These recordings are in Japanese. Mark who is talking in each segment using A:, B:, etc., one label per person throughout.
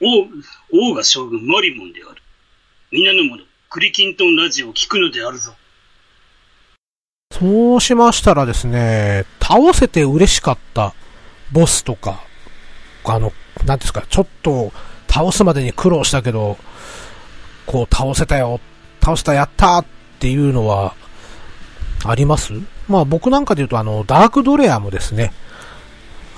A: 王、王が将軍マリモンである。皆の者、クリキントンラジオを聞くのであるぞ。
B: そうしましたらですね、倒せて嬉しかったボスとか、あの、なんていうんですか、ちょっと倒すまでに苦労したけど、こう倒せたよ、倒せた、やったっていうのは、ありますまあ僕なんかで言うと、あの、ダークドレアムですね。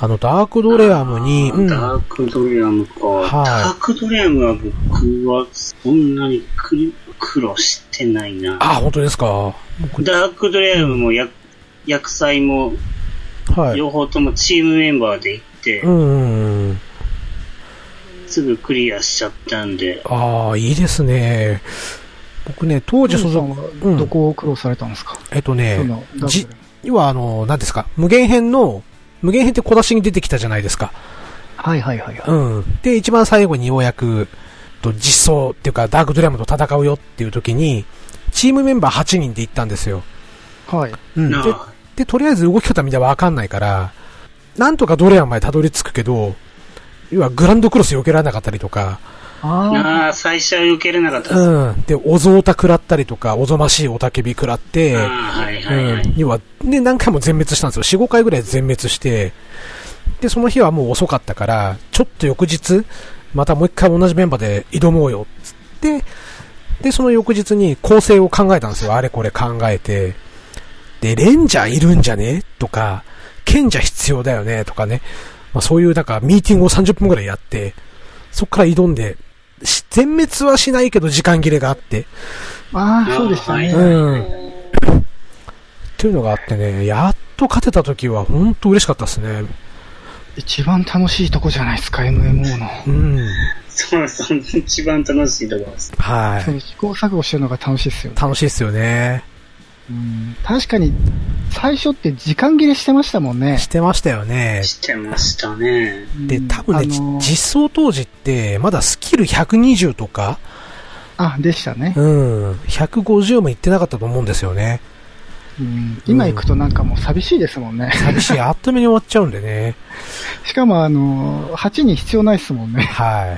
B: あの、ダークドレアムに、
A: あー
B: うん
A: ダークドレアムか。
B: はい
A: ダークドレアムは僕はそんなに苦苦労してないな。
B: あ、本当ですか。僕
A: ダークドレアムも薬薬剤も、
B: はい。
A: 両方ともチームメンバーで行って、
B: うんうんうん。
A: すぐクリアしちゃったんで、
B: ああ、いいですね。僕ね、当時、
C: ジ
B: そ
C: ョさん
B: の、
C: はどこを苦労されたんですか、
B: えっと
C: そん
B: ね
C: な、ダブル
B: じ要はあの、何ですか、無限編の、無限編って小出しに出てきたじゃないですか。
C: はいはいはいはい。
B: うん。で、一番最後にようやく、と実装っていうか、ダークドラムと戦うよっていう時に、チームメンバー8人で行ったんですよ。
C: はい。
B: うん。で
A: な、あ
B: でとりあえず動き方みんなわかんないから、なんとかドレアムまでたどり着くけど、要はグランドクロス避けられなかったりとか、
C: あ
A: なあ、最初は避けれなかったです。
B: うん。で、おぞおた食らったりとか、おぞましいおたけび食らって、
A: ああ、はいはいは
B: うん
A: い。、
B: 要は、で、何回も全滅したんですよ。4、5回ぐらい全滅して、で、その日はもう遅かったから、ちょっと翌日、またもう一回同じメンバーで挑もうよ、つって、で、その翌日に構成を考えたんですよ。あれこれ考えて。で、レンジャーいるんじゃねとか、賢者必要だよねとかね。まあそういう、なんか、ミーティングを30分ぐらいやって、そこから挑んで、し全滅はしないけど時間切れがあって、
C: あ、ああ、そうでしたね。
B: うん。っていうのがあってね、やっと勝てた時は本当嬉しかったですね。
C: 一番楽しいとこじゃないですか、MMO の。
B: うん。
A: そうそう、一番楽しいところです。
B: は
C: そ
B: い。
C: ういう試行錯誤してるのが楽しいですよね。
B: 楽しいですよね。
C: うん確かに、最初って時間切れしてましたもんね。
B: してましたよね。
A: してましたね。
B: で、多分ね、
C: あのー
B: じ実装当時って、まだスキル120とか、
C: あ、でしたね。
B: うん、150もいってなかったと思うんですよね。
C: うん今行くとなんかもう寂しいですもんね。
B: 寂しい、あっという間に終わっちゃうんでね。
C: しかもあの、8人必要ないですもんね。
B: は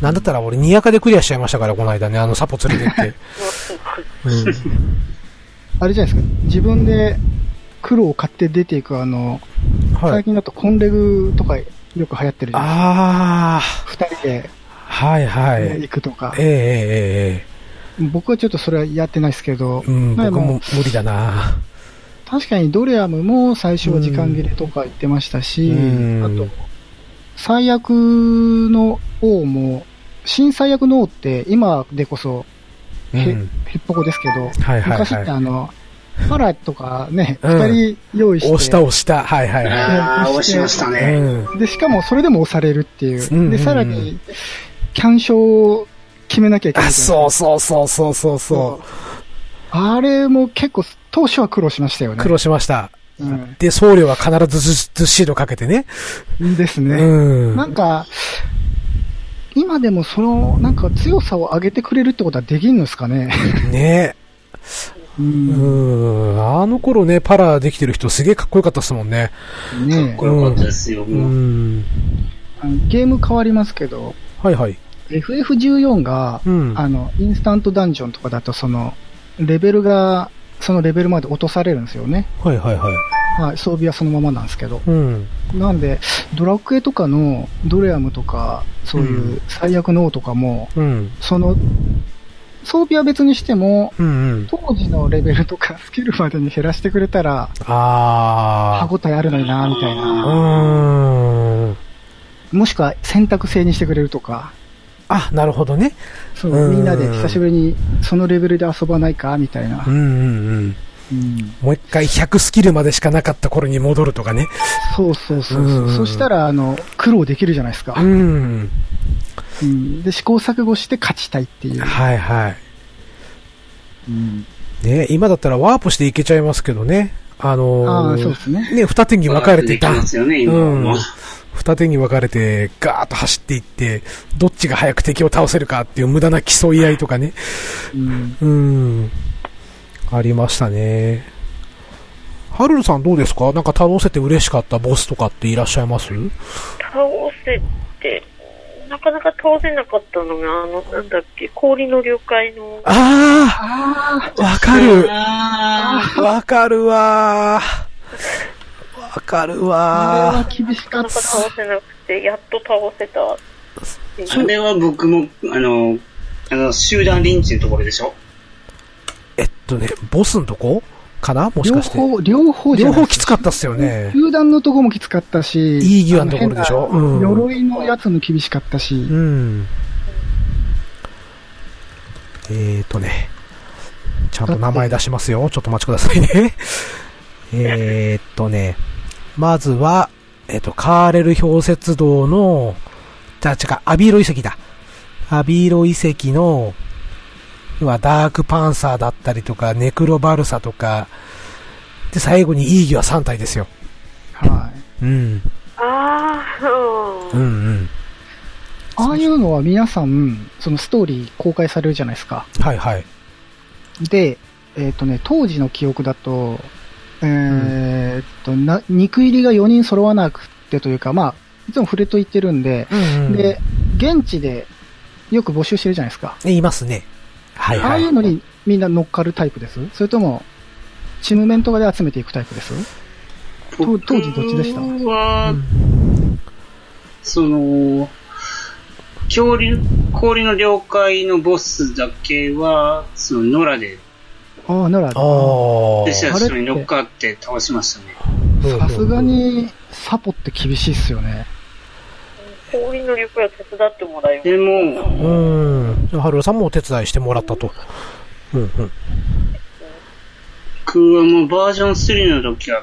B: い。なんだったら俺、ニヤカでクリアしちゃいましたから、この間ね、あの、サポ連れてって。うん。
C: あれじゃないですか。自分で黒を買って出ていくあの、
B: は
C: 最
B: い。
C: 近だとコンレグとかよく流行ってるじゃない
B: あ
C: 二人で
B: ー、はいはい。
C: ね行くとか
B: え。ええええ
C: 僕はちょっとそれはやってないですけど、
B: えうん、
C: まあ
B: 僕も無理だな
C: 確かにドレアムも最初は時間切れとか言ってましたし、
B: うん
C: あと、最悪の王も、新最悪の王って今でこそへ、
B: うん
C: ヘッポコですけど、
B: はいはい
C: 昔って
B: は
C: あの、パラとかね、
B: う
C: 二、
B: ん
C: 人用意
B: い。
C: して。
B: 押した押した。はいはいは
A: ああ、押しました
B: い。う
A: ね。
B: ん。
C: で、しかもそれでも押されるっていう。
B: うんうんうん
C: で、さらに、キャンションを決めなきゃいけな
B: あ、
C: いじゃない
B: そうそうそうそうそうそ
C: あれも結構、当初は苦労しましたよ
B: う。
C: ね。
B: 苦労しました。
C: うん
B: で、送料は必ずずずっしりとかけてね。
C: です
B: う
C: ね。
B: ん。
C: なんか、今でもその、なんか強さを上げてくれるってことはできんのですかね。
B: ね
C: う
B: う
C: ん
B: ん。あの頃ね、パラできてる人すげえかっこよかったですもんね。
C: ね
A: これよかったですよ、
B: う
A: もう。
B: ん。
C: あのゲーム変わりますけど、
B: はいはい。
C: FF14 が、
B: うん。
C: あの、インスタントダンジョンとかだと、その、レベルが、そのレベルまで落とされるんですよね。
B: はいはいはい。
C: はい、装備はそのままなんですけど。
B: うん。
C: なんで、ドラクエとかのドレアムとか、そういうう最悪の王とかも、
B: うん。
C: その、装備は別にしても、
B: うんうん。
C: 当時のレベルとか スキルまでに減らしてくれたら、歯
B: あ
C: 応えあるのにな、みたい
B: あ。う
C: な。
B: ん。
C: もしくは選択制にしてくれるとか、
B: あ、なるほどね。
C: そう
B: うん
C: みんなで久しぶりにそのレベルで遊ばないか、みたいな
B: う。んうんうん。
C: うん
B: もう一回100スキルまでしかなかった頃に戻るとかね。
C: そうそうそう
B: うん
C: そうう。
B: ん
C: そしたら、あの、苦労できるじゃないですか。
B: ん。
C: うんで、試行錯誤して勝ちたいっていう。
B: はいは
C: うん
B: い。ね今だったらワープしていけちゃいますけどね。あのー
C: ああ、そうですね。
B: ね二手に分かれて
A: でき
B: ダン
A: ま、すよね、今は
B: う
A: も
B: ん
A: う。。
B: 二手に分かれてガーッと走っていって、どっちが早く敵を倒せるかっていう無駄な競い合いとかね。
C: うん
B: うん。ありましたね。ハルルさんどうですかなんか倒せて嬉しかったボスとかっていらっしゃいます
D: 倒せて、なかなか通せなかったのが、あの、なんだっけ、氷の了解の、
B: あ
C: あ
B: あわかる
A: あ
B: わかるわーわかる
C: あ、あれは
B: わ
C: 厳しか
D: な
C: った。
D: かなか倒せなくて、やっと倒せた。
A: ーあれは僕も、あの、あの、集団リンチのところでしょ
B: ーえっとね、ボスのとこかなもし
C: 両
B: かして。
C: 方、両方じゃ
B: 両
C: ない
B: 方きつかったっすよね。
C: 球団のとこもきつかったし、
B: いい際のところでしょ
C: あの変な
B: うん
C: 鎧のやつも厳しかったし、
B: うん。えーとね、ちゃんと名前出しますよ。ちょっとお待ちください ね。えーっとね、まずは、えっ、と、カーレル氷雪道の、じゃあ違う、アビーロ遺跡だ。アビーロ遺跡の、要はダークパンサーだったりとか、ネクロバルサとか、で、最後にイーギは3体ですよ。
C: はい。
B: うん。
D: あ
B: う
D: あ、
B: んう
D: う。
B: んん。
C: ああいうのは皆さん、そのストーリー公開されるじゃないですか。
B: はいはい。
C: で、えっ、とね、当時の記憶だと、えーっと、な、肉入りが4人揃わなくてというか、まあ、いつも触れと言ってるんで、
B: うん、うん。
C: で、現地でよく募集してるじゃないですか。
B: いますね。はいはい。
C: ああいうのにみんな乗っかるタイプですそれとも、チームメントで集めていくタイプです当当時どっちでした
A: 僕は、その、恐竜、氷の了解のボスだけは、その、野良で、
C: ああ、なら、
B: あ
A: で、シャ
B: あ。
A: ツに乗っかって倒しましたね。
C: さすが。にサポって厳しいっすよね。
D: 氷の了解を手伝ってもらいまし
A: でも、
B: うん。ハルさんもお手伝いしてもらったと。うんうん。
A: 僕はもうバージョン3の時は、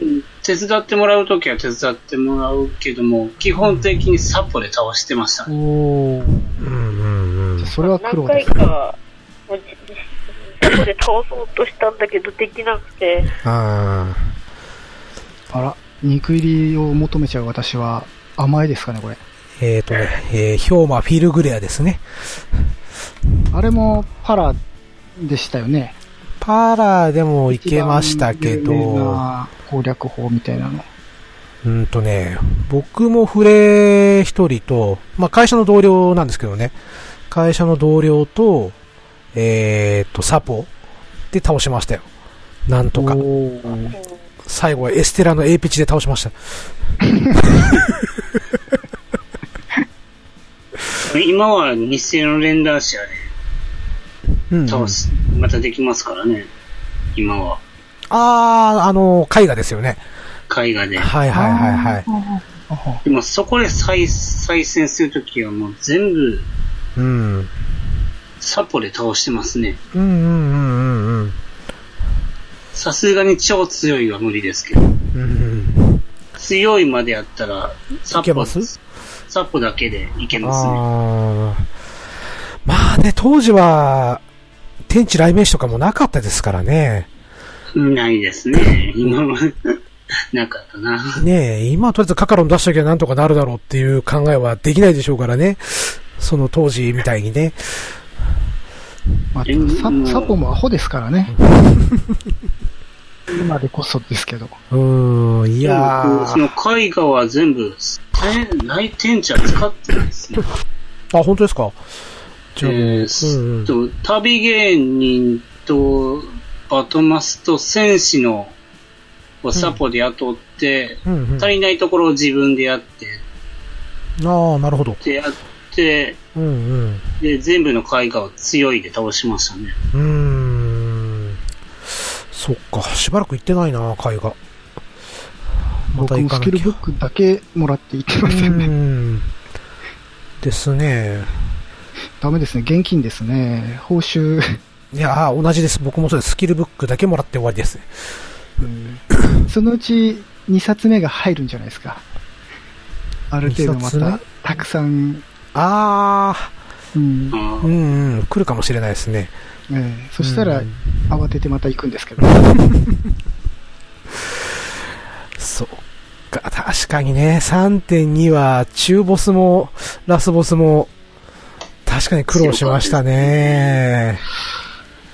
A: うん手伝ってもらう時は手伝ってもらうけども、基本的にサポで倒してましたね。
C: おー。
B: うんうんうん。
C: それは苦
D: 何
C: 労で
D: 回
C: す。
D: か、もうじ、じそこで倒そうとしたんだけど、できなくて、
B: あ
C: あら、肉入りを求めちゃう私は甘いですかね、これ。
B: ーえっ、ー、とね、えー、ヒョーマ・フィルグレアですね。
C: あれもパラでしたよね。
B: パラでも行けましたけ
C: 一番有名
B: ど、
C: な攻略法みたいなの。
B: うんとね、僕もフレ一人と、まあ、会社の同僚なんですけどね、会社の同僚と、えっ、ー、と、サポで倒しましたよ。なんとか。
C: おー
B: 最後はエステラの A ピチで倒しました。
A: 今は日清のレンダーシアで
B: うんうん
A: 倒す、またできますからね。今は、
B: ああ、あの、絵画ですよね。
A: 絵画で。
B: はいはいはいはい。
C: あは
A: でもそこで再、再戦するときはもう全部
B: うん。うん
A: サポで倒してますね。
B: うんうんうんうん。
A: さすがに超強いは無理ですけど。
B: うんうん
A: 強いまでやったら、サ
B: いけ
A: ポ、
B: ます
A: サポだけでいけますね。
B: あーまあね、当時は、天地雷鳴詞とかもなかったですからね。
A: ないです ね。今は、なかったな。
B: ねえ、今はとりあえずカカロン出しときゃなんとかなるだろうっていう考えはできないでしょうからね。その当時みたいにね。
C: まあ
A: えもう
C: ササポもアホですからね。今でこそですけど。
B: うーん、い
A: い
B: や
A: その
B: ー。
A: 絵画は全部、え来店者使ってないですね。
B: あ、本当ですか
A: え
B: じゃあうんうん
A: ーと旅芸人とバトマスと戦士のをサポで雇って、
B: うんうん。
A: 足りないところを自分でやって、
B: ああ、なるほど。
A: でやって、
B: うんうん。
A: で、全部の絵画を強いで倒しましたね。
B: うーん。そっか、しばらく行ってないな、絵 画。また
C: 僕
B: 行
C: も
B: か
C: ス
B: な
C: キ
B: き
C: ルブッ
B: ゃ。
C: クだけもらっていってますよ
B: うー
C: ね。
B: ん。ですね。
C: ダメですね。現金ですね。報酬。
B: いやー、同じです。僕もそうです。スキルブックだけもらって終わりですね。
C: そのうち2冊目が入るんじゃないですか。ある程度ま
B: 二冊
C: た、たくさん、
B: あ
C: うん
A: あ
B: ー、
C: え
A: ー
B: うんうん、来るかもしれないですね。
C: えそしたら
B: うん
C: 慌ててまた行くんですけど。
B: そっか、確かにね、3.2は中ボスもラスボスも確かに苦労しましたね。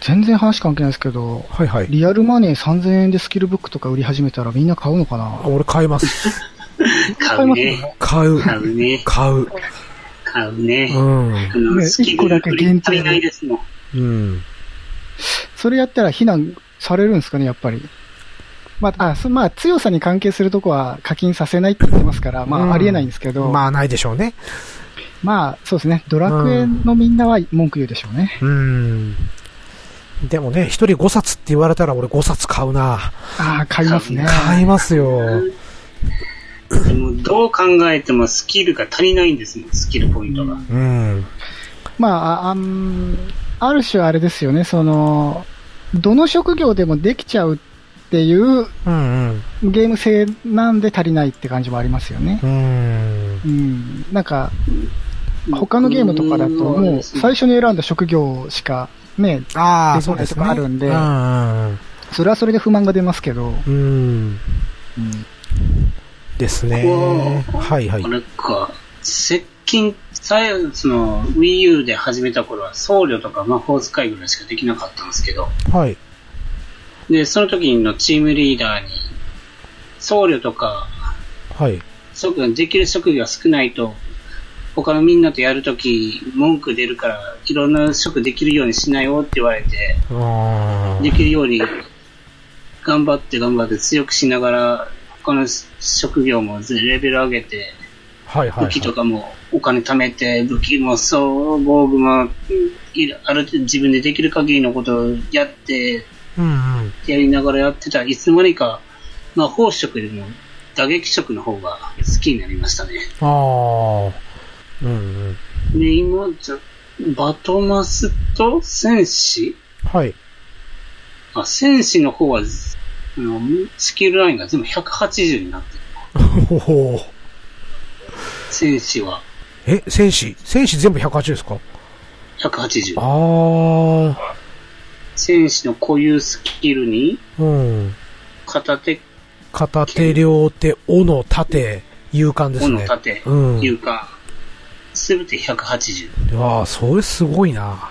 C: 全然話関係ないですけど、
B: はいはい。
C: リアルマネー3000円でスキルブックとか売り始めたらみんな買うのかな
B: 俺買います。
A: 買う
C: 買います
A: ね。
B: 買う。
A: 買うね。
B: 買う。
A: 買うね。
B: うん。
A: あの、
C: ね
A: スキ
C: 一個
A: ル
C: だけ限定で
A: 足りないですもん。
B: うん。
C: それやったら非難されるんですかね、やっぱり。まあ、あそまあ、強さに関係するとこは課金させないって言ってますから、ま
B: うん
C: あ、ありえないんですけど、まあ、
B: まあ、ないでしょうね。
C: そうですね、ドラクエのみんなは文句言うでしょうね。
B: うん。でもね、一人5冊って言われたら俺5冊買うな。
C: ああ、買いますね。
B: 買いますよ。
A: でも、どう考えてもスキルが足りないんですもん、スキルポイントが。
B: うん。
C: まあ、ああんある種あれですよね、その、どの職業でもできちゃうっていう
B: うんうん。
C: ゲーム性なんで足りないって感じもありますよね。
B: うん。
C: うん。なんか、他のゲームとかだと、
A: うん
C: もう最初に選んだ職業しかね、
B: ああ、
C: でき
B: そう
C: な
B: で
C: い
B: す
C: と
B: ね。
C: かあるんで
B: うんうん
C: それはそれで不満が出ますけど、
B: うん。うん。ですね
A: こ。こ
B: はいはい
A: あ。れか、接近、さえ、その、Wii U で始めた頃は僧侶とか魔法使いぐらいしかできなかったんですけど、
B: はい。
A: で、その時のチームリーダーに、僧侶とか、
B: はい。
A: そういうできる職業が少ないと、他のみんなとやるとき、文句出るから、いろんな職できるようにしないよって言われて、
B: あ
A: できるように、頑張って頑張って強くしながら、他の職業もレベル上げて、
B: あ。はいは
A: 武
B: い、はい
A: 器。とかもお金貯めて、武器もそう、防具も、いるある程度自分でできる限りのことをやって、
B: うんうん。
A: やりながらやってたらいつの間にか、まあ、宝飾よりも打撃色の方が好きになりましたね。
B: ああ。うんうん。
A: で、今、じゃ、バトマスと戦士
B: はい。
A: あ、戦士の方は、あのスキルラインが全部180になってる。
B: ほほう
A: 戦士は
B: え、戦士戦士全部180ですか
A: 180。
B: ああ。
A: 戦士の固有スキルに、
B: うん。
A: 片手、
B: 片手、両手、斧、盾、勇敢です
A: 斧、
B: ね。
A: 盾、
B: うん。
A: いうか、すべて180。
B: ああ、それすごいな。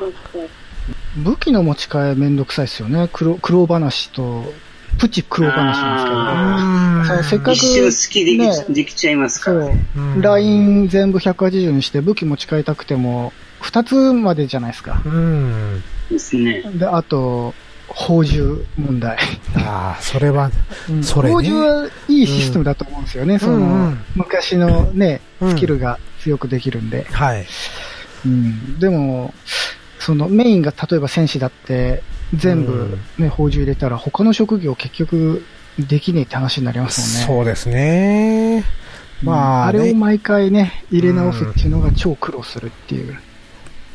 C: 武器の持ち替えめんどくさいですよね。黒、黒話と、プチ黒話なんで
B: うん
C: そうせっかく
A: 一瞬好きでき,、
C: ね
A: できちゃいます
C: す
A: か
C: けど。
A: ら
C: そ
A: ね。
B: うん
C: う。ライン全部180にして武器持ち替えたくても、二つまでじゃないですか。
B: うん。
A: ですね。
C: で、あと、宝珠問題。
B: ああ、それは、
C: うん
B: それね
C: 宝珠はいいシステムだと思うんですよね。そ
B: うんう
C: の
B: ん、
C: 昔のね、
B: うん
C: スキルが強くできるんで。
B: はい。
C: うん、でも、そのメインが例えば戦士だって、全部、ね宝珠入れたら、他の職業結局できねえって話になりますもんね。
B: そうですね。
C: うん
B: まあ、
C: あれを
B: ね、
C: 毎回ね、入れ直すっていうのが超苦労するっていう。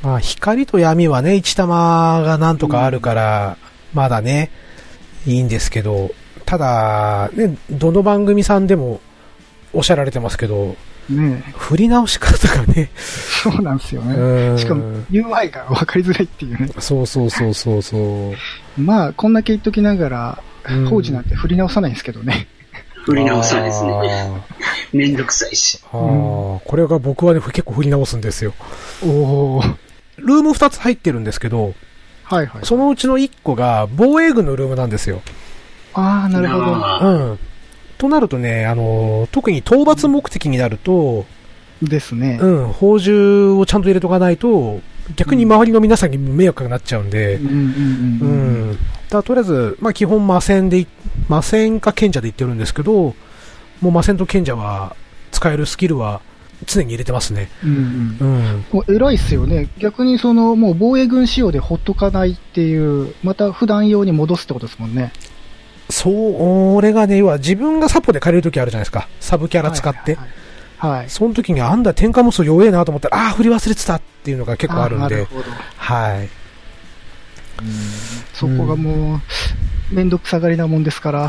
B: まあ、光と闇はね、一玉がなんとかあるから、まだね、いいんですけど、ただ、ね、どの番組さんでもおっしゃられてますけど、
C: ねえ
B: 振り直し方がね、
C: そうなんですよね。
B: うん
C: しかも、UI が分かりづらいっていうね。
B: そうそうそうそうそう。
C: まあ、こんだけ言っときながら、
B: うん
C: 宝珠なんて振り直さないんですけどね。
A: 振り直さないですね。
B: あー
A: めんどくさいし。
B: あーこれが僕はね、結構振り直すんですよ。
C: おお。
B: ルーム2つ入ってるんですけど、
C: はいはい。
B: そのうちの1個が防衛軍のルームなんですよ。
C: ああ、なるほど。
A: あ
B: うん。となるとね、あの、特に討伐目的になると、
C: ですね。
B: うん、宝珠をちゃんと入れとかないと、逆に周りの皆さんに迷惑がなっちゃうんで
C: うん、うん
B: う
C: うんう
B: ん。
C: ん。
B: だからとりあえず、まあ基本魔戦でい、魔戦か賢者で言ってるんですけど、もう魔戦と賢者は、使えるスキルは常に入れてますね。
C: うんうん
B: うん。
C: もう偉いっすよね。逆にその、もう防衛軍仕様でほっとかないっていう、また普段用に戻すってことですもんね。
B: そう、俺がね、要は自分がサポで借りるときあるじゃないですか。サブキャラ使って。
C: はいはいはい。はい。
B: その時にあんだ、天下無双弱えなと思ったら、ああ、振り忘れてたっていうのが結構あるん
C: ーな
B: で
C: る。ほど。
B: はい。
C: そこがもう、めんどくさがりなもんで すから、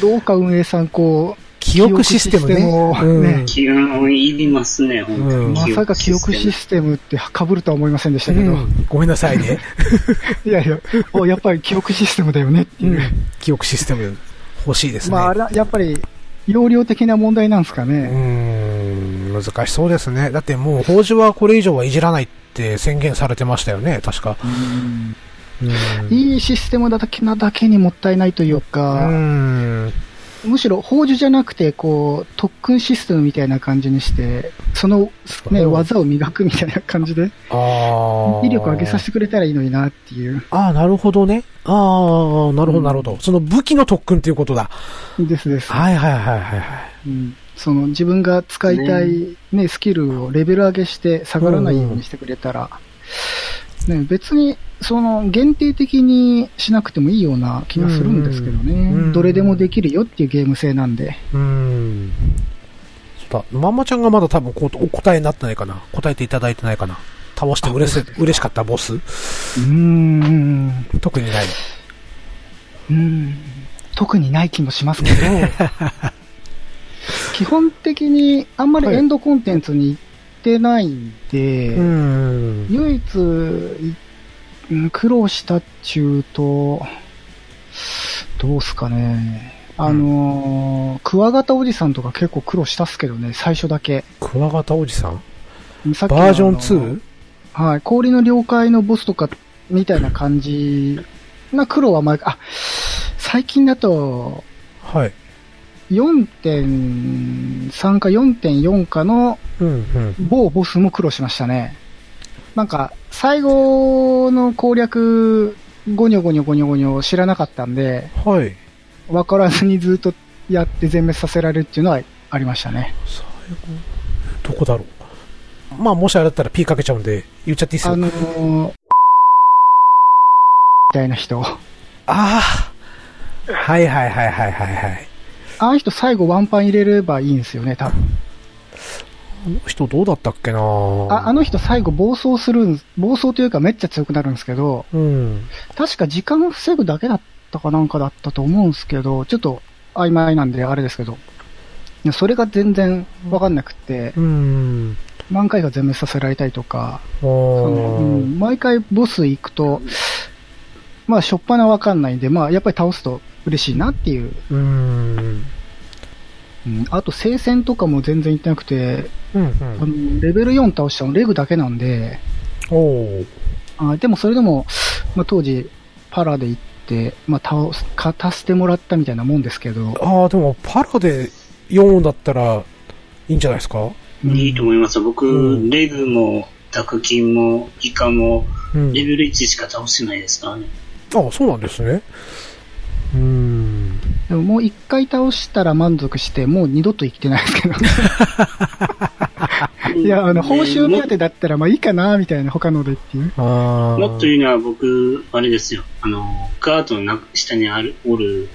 C: どうか運営さん、こう、
B: 記憶システムね。
C: 記憶システムをね
A: あ、気運いりますね、本当
B: うん
A: に。
C: まさか記憶システムって被るとは思いませんでし
B: う
C: たけど、
B: んうんごめんなさいね。
C: いやいや、おやっぱり記憶システムだよねっていう。
B: 記憶システム 欲しいですね。
C: まあ、あれはやっぱり、容量的な問題なんですか
B: うー
C: ね。
B: ん、難しそうですね。だってもう、法事はこれ以上はいじらないって宣言されてましたよね、確か。うん。
C: いいシステムだけなだけにもったいないという
B: う
C: か、
B: ん。
C: むしろ、宝珠じゃなくて、こう、特訓システムみたいな感じにして、その、ね、
B: うん
C: 技を磨くみたいな感じで、
B: ああ。
C: 威力上げさせてくれたらいいのになっていう、
B: ああ、なるほどね。ああ、なるほど、なるほど。その武器の特訓っていうことだ。
C: ですです。
B: はいはいはいはいはい。
C: うん、その、自分が使いたい、ね、スキルをレベル上げして、下がらないようにしてくれたら、ね、別に、その、限定的にしなくてもいいような気がするんですけど
B: うんうん
C: ね。どれでもできるよっていうゲーム性なんで。
B: うーん。そうだ、まんまちゃんがまだ多分こうお答えになってないかな。答えていただいてないかな。倒して嬉し嬉しかったボス
C: うーん。
B: 特にない。
C: うん特にない気もしますけど、 基本的にあんまりエンドコンテンツに行ってないんで、
B: うーん。
C: 唯一いうん苦労したっちゅうと、どうすかね。あのークワガタおじさんとか結構苦労したっすけどね、最初だけ。
B: クワガタおじさん
C: さっきの
B: バージョン
C: あの
B: 2?
C: はい、氷の了解のボスとか、みたいな感じな苦労は前、あ、最近だと、
B: はい。
C: 4.3か4.4かの
B: うんうん。
C: 某ボスも苦労しましたね。なんか、最後の攻略、ゴニョゴニョゴニョゴニョ知らなかったんで、
B: はい。
C: わからずにずっとやって全滅させられるっていうのはありましたね。
B: 最後、どこだろう。まあ、もしあれだったら P かけちゃうんで、言っちゃっていいっす
C: あ
B: よ。
C: のー、みたいな人。
B: ああ。はいはいはいはいはいはい。
C: あの人最後ワンパン入れればいいんですよね、多分。
B: あの人どうだったっけな
C: ああ
B: あ
C: の人最後暴走するん、暴走というかめっちゃ強くなるんですけど、
B: うん。
C: 確か時間を防ぐだけだったかなんかだったと思うんですけど、ちょっと曖昧なんであれですけど、いやそれが全然わかんなくって、
B: うん。
C: 何回か全滅させられたりとか、
B: あ
C: あ
B: ー
C: のうん毎回ボス行くと、まあ、しょっぱなわかんないんで、まあ、やっぱり倒すと嬉しいなっていう。
B: うん。
C: うんあと、聖戦とかも全然行ってなくて、
B: うんう
C: あ
B: ん。
C: のレベル4倒したのレグだけなんで、
B: おお。
C: あでもそれでも、まあ、当時、パラで行って、まあ、倒す、勝たせてもらったみたいなもんですけど、
B: ああ、でも、パラで4だったら、いいんじゃないですか
A: いいと思いますよ。僕、
B: うん
A: レグも、ダクキンも、イカも、
B: うん。
A: レベル1しか倒してないですからね。
B: ああ、そうなんですね。うーん。
C: でももう一回倒したら満足して、もう二度と生きてないですけど。いや、あの、
A: ね
C: 報酬目
A: も
C: 当てだったらまあいいかな、みたいな、他のでっていう。
B: ああ。
A: もっと言うのは僕、あれですよ。あの、ガードの中下にある、おる、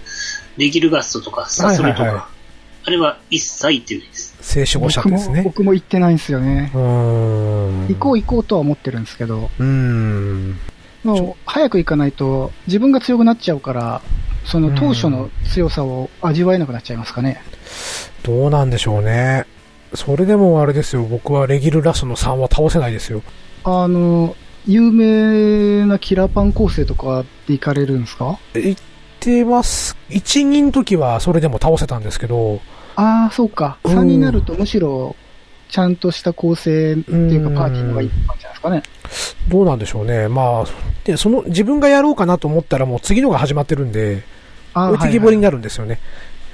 A: レギルガストとか、サソリとか、
B: はいはいはい
A: あれは一切言ってないです。
B: 静止護者
C: 僕
B: で
C: も
B: す、ね。
C: 僕も行ってないんですよね。
B: うーん。
C: 行こう行こうとは思ってるんですけど、
B: う。うーん。
C: もう早く行かないと自分が強くなっちゃうから、その当初の強さを味わえなくなっちゃいますかね。
B: どうなんでしょうね。それでもあれですよ、僕はレギルラストの3は倒せないですよ。
C: あの、有名なキラパン構成とかで行かれるんですか
B: 言ってます。1人の時はそれでも倒せたんですけど、
C: ああ、そうか。
B: うん
C: 3になるとむしろ、ちゃんとした構成っていうか
B: うん
C: パーティーの方がいい感じなんですかね。
B: どうなんでしょうね。まあ、で、その、自分がやろうかなと思ったらもう次のが始まってるんで、
C: あー
B: 置いてきぼりになるんですよね。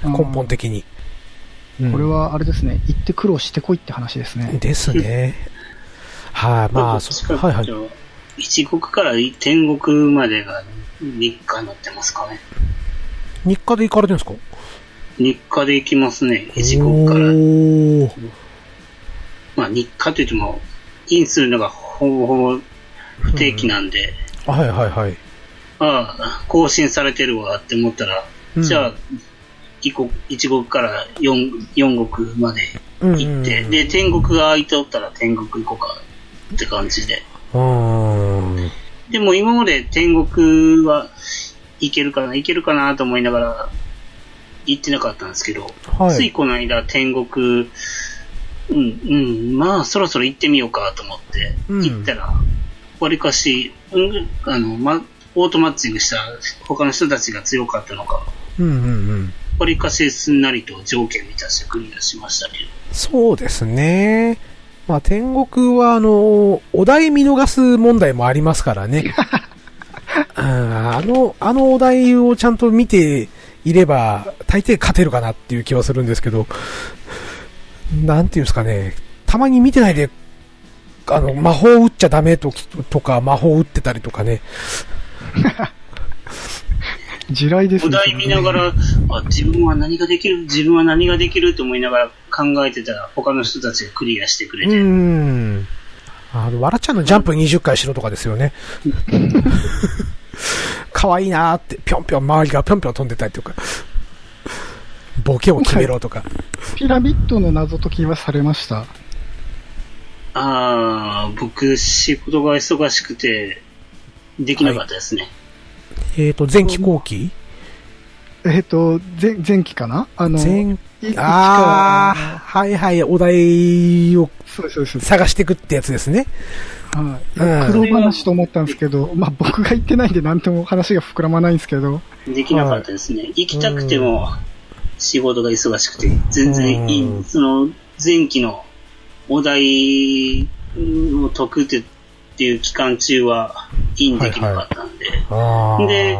C: はいはい
B: 根本的に。
C: うんこれ
B: うん
C: はあれですね、行って苦労してこいって話ですね。
B: ですね。はい、まあ、そ
A: そう
B: はいはい。
A: 一国から天国までが日課になってますかね。
B: 日課で行かれてるんですか
A: 日課で行きますね。一国から
B: お。ー
A: まあ日課といっても、インするのがほぼほぼ不定期なんで、
B: はいはいはい。
A: ああ、更新されてるわって思ったら、
B: うん
A: じゃあ、一国一国から四四国まで
B: うんうん
A: 行って、で、天国が空いておったら天国行こうかって感じで。
B: うーん。
A: でも今まで天国は行けるかな、行けるかなと思いながら行ってなかったんですけど、
B: は
A: つい
B: い。
A: この間天国、うん、うん、まあそろそろ行ってみようかと思って、
B: うん
A: 行ったら、わりかし、うん、あの、ま、オートマッチングした他の人たちが強かったのか、
B: うんうんうん。
A: わりかしすんなりと条件満たしてクリアしましたけど、
B: そうですね。まあ、天国は、あの、お題見逃す問題もあり ますからね。うんあの、あのお題をちゃんと見ていれば、大抵勝てるかなっていう気はするんですけど、なんていうんですかね、たまに見てないで、あの、魔法打っちゃダメときとか、魔法打ってたりとかね、
C: 地雷です
A: お
C: ね。
A: 題見ながら、あ、自分は何ができる、自分は何ができると思いながら考えてたら、他の人たちがクリアしてくれ
B: う
A: て、
B: ーん。あの、わらちゃんのジャンプ20回しろとかですよ ね。可愛いなーって、ぴょんぴょん周りがぴょんぴょん飛んでたりとか。ボケを決めろとか。
C: ピラミッドの謎解きはされました。
A: ああ、僕、仕事が忙しくて、できなかったですね。
B: えっと、前期後期
C: えっ、と、前、前期かなあの、
B: 前、
C: いいつ
B: あー、
C: か
B: はいはい、お題を
C: そうです、そうです。
B: 探していくってやつですね。
C: はい。
B: うん
C: 苦労話と思ったんですけど、まあ僕が言ってないんで何とも話が膨らまないんですけど、
A: できなかったですね。行きたくても、仕事が忙しくて、全然いい、
B: うん
A: その、前期のお題を解くってっていう期間中は、インできなかったんで、
B: あ
A: ーで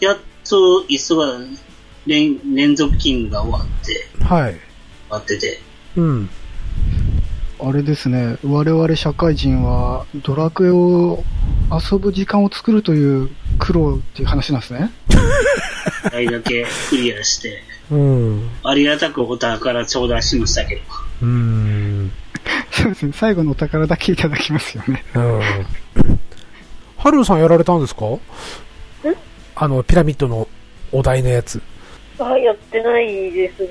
A: やっと忙、連連続勤務が終わって、
B: はい。
A: 終わってて、
B: うん。
C: あれですね、我々社会人はドラクエを遊ぶ時間を作るという苦労っていう話なんですね。
A: あれだけクリアして、
B: うん。
A: ありがたくお宝頂戴しましたけど、
B: うん。
C: そうですね、最後のお宝だけいただきますよね。
B: うん。はるさんやられたんですかあの、ピラミッドのお題のやつ。
D: あ、やってないですね。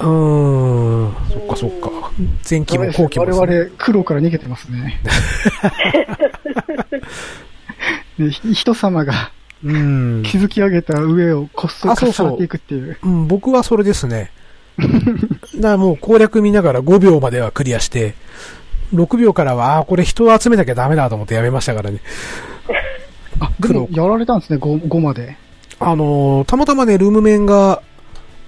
B: うーん。そっかそっか。前期も後期もですね、
C: 我々苦労から逃げてます ね。ねひ人様が
B: うん。
C: 築き上げた上をこっそり
B: あそうそう
C: 重ねていくっていう。
B: うん、僕はそれです ね。だからもう攻略見ながら5秒まではクリアして、6秒からは、ああー、これ人を集めなきゃダメだと思ってやめました からね。
C: あ、
B: 苦
C: で
B: 労
C: もやられたんですね、5, 5まで。
B: あのーたまたまね、ルーム面が、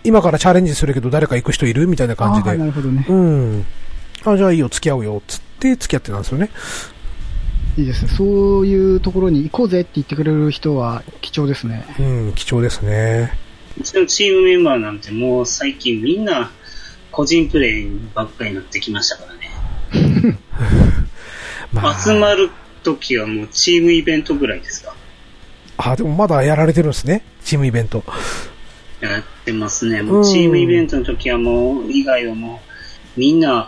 B: 今からチャレンジするけど誰か行く人いるみたいな感じ
C: あーな
B: で。
C: るほどね。
B: うん。あ、じゃあいいよ、付き合うよ、つって付き合ってたんですよね。
C: いいですね。そういうところに行こうぜって言ってくれる人は貴重です ね。
B: うん、貴重ですね。
A: うちのチームメンバーなんてもう最近みんな個人プレイばっかりになってきましたからね。
B: まあ、
A: 集まる時はもうチームイベントぐらいですか
B: あ、でもまだやられてるんですね。チームイベント。
A: やってますね。もうチームイベントの時はもう、以外はもう、みんな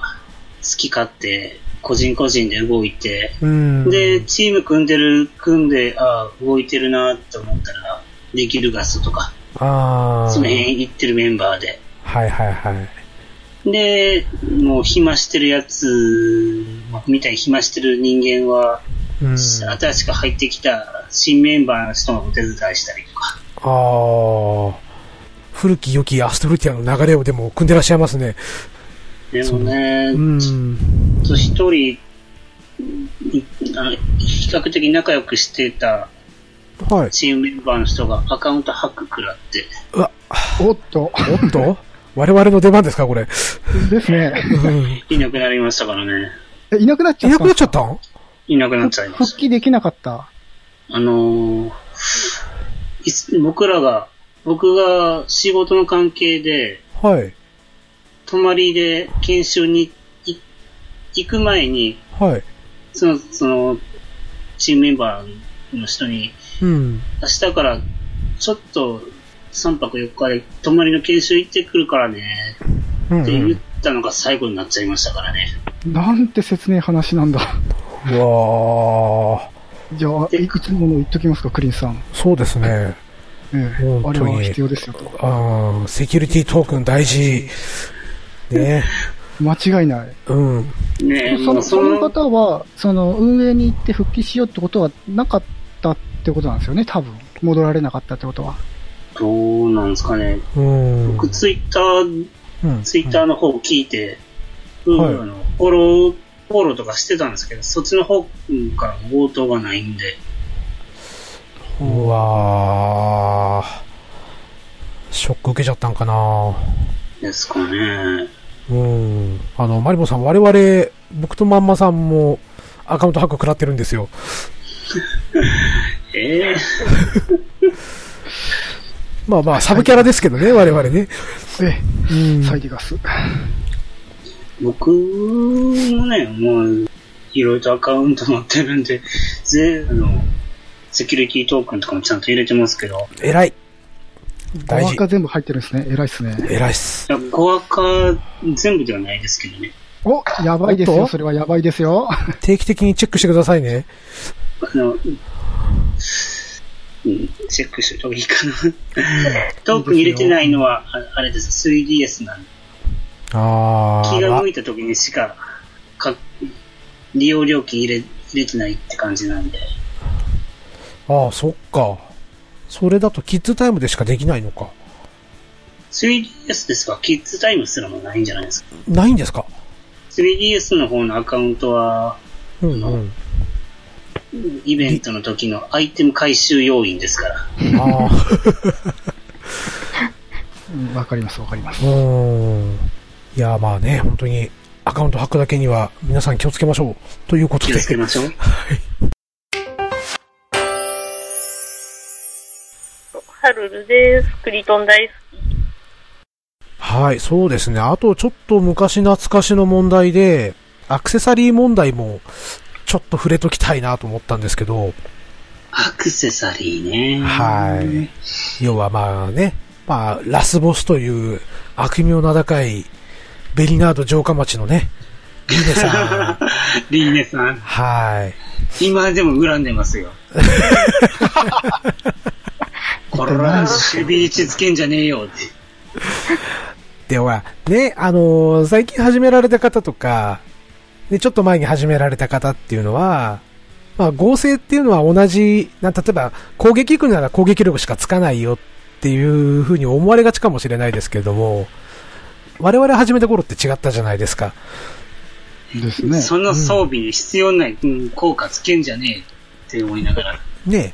A: 好き勝手、個人個人で動いて、
B: うん。
A: で、チーム組んでる、組んで、ああ、動いてるなって思ったら、できるガスとか、
B: ああ。
A: その辺行ってるメンバーで。
B: はいはいはい。
A: で、もう暇してるやつ、みたいに暇してる人間は、
B: うん。あ
A: 新しく入ってきた新メンバーの人のお手伝いしたりとか。
B: あ。古き良きアストルティアの流れをでも組んでらっしゃいますね。
A: でもね、
B: うん。
A: ずっと一人、いあの比較的仲良くしてた
B: はい。
A: チームメンバーの人がアカウントハック食らって、
B: うわ、
C: おっと。
B: おっと我々の出番ですか、これ。
C: ですね。
B: うん
A: いなくなりましたからね。
C: えいなくなっちゃ
B: い
C: っ
B: な
C: た
B: くなっちゃったん
A: いなくなっちゃいまし
C: 復
A: た。
C: 帰できなかった。
A: あのーいつ僕らが、僕が仕事の関係で、
B: はい。
A: 泊まりで研修にい行く前に、
B: はい。
A: その、その、チームメンバーの人に、
B: うん。
A: 明日からちょっと3泊4日で泊まりの研修行ってくるからね、
B: うん、
A: って
B: う
A: 言
B: ん。
A: ったのが最後になっちゃいましたからね。
C: なんて切ねえ話なんだ。
B: うわあ。
C: じゃあ、いいつもの言っときますか、クリンさん。
B: そうですね。
C: ええ
B: 本
C: あれ
B: 当に
C: は必要ですよと。
B: ああ、セキュリティトークン大事。ね。
C: 間違いない。
B: うん。
A: ねえ、
C: そ
A: も
C: の
A: うそ
C: その
A: の、
C: 方は、その運営に行って復帰しようってことはなかったってことなんですよね、多分。戻られなかったってことは。
A: どうなんですかね。
B: うん。
A: 僕ツイッター、
B: うん
A: ツイッターの方を聞いて、うん、
B: はい
A: あのフォロー、フォローとかしてたんですけど、そっちの方から応答がないんで、
B: うわーショック受けちゃったんかな
A: ですかね。
B: うん。あの、マリモさん、我々、僕とまんまさんもアカウントハック食らってるんですよ。
A: ええ
B: まあまあ、サブキャラですけどね、我々ね。
C: え
B: うん
C: え、サイディガス。
A: 僕もね、もう、いろいろとアカウント持ってるんで、ぜ、あの、セキュリティトークンとかもちゃんと入れてますけど、
B: 偉い。大
C: 大
B: 事
C: 事。が全部入ってるんですね。偉いっすね。
B: 偉いっす。
A: いや、5アカ全部ではないですけどね。
C: お、やばいです
B: おっ
C: よ。
B: と
C: それはやばいですよ。
B: 定期的にチェックしてくださいね。
A: あの、うん、チェックしといた方がいいかな。トークン入れてないのは、ああれです、3DS なんで、
B: あ
A: 気が
B: ー
A: 向いた時にしか、か利用料金入れ入れてないって感じなんで、
B: ああ、そっか。それだとキッズタイムでしかできないのか。
A: 3DS ですが、キッズタイムすらもないんじゃないですか。
B: ないんですか
A: 3DS の方のアカウントは、
B: うんうん。
A: イベントの時のアイテム回収要員ですから。
B: あ
C: うんわかります、わかります
B: あ、う。ーん。いや、まあね、本当にアカウントハックだけには皆さん気をつけましょう。ということ
A: 気
B: で
A: を。つけましょう。
D: ハルルです。クリトン大好き。
B: はい、そうですね。あと、ちょっと昔懐かしの問題で、アクセサリー問題も、ちょっと触れときたいなと思ったんですけど、
A: アクセサリーね。
B: はい。要はまあね、まあ、ラスボスという悪名名高い、ベリナード城下町のね、リーネさん。
A: リーネさん、
B: はい。
A: 今でも恨んでますよ。こら、守備位置つけんじゃねえよって。
B: で、ほら、ね、あのー最近始められた方とか、で、ちょっと前に始められた方っていうのは、まあ、合成っていうのは同じ、な例えば、攻撃力なら攻撃力しかつかないよっていうふうに思われがちかもしれないですけれども、我々始めた頃って違ったじゃないですか。
C: ですね。
A: その装備に必要ない、うん、効果つけんじゃねえって思いながら。
B: ね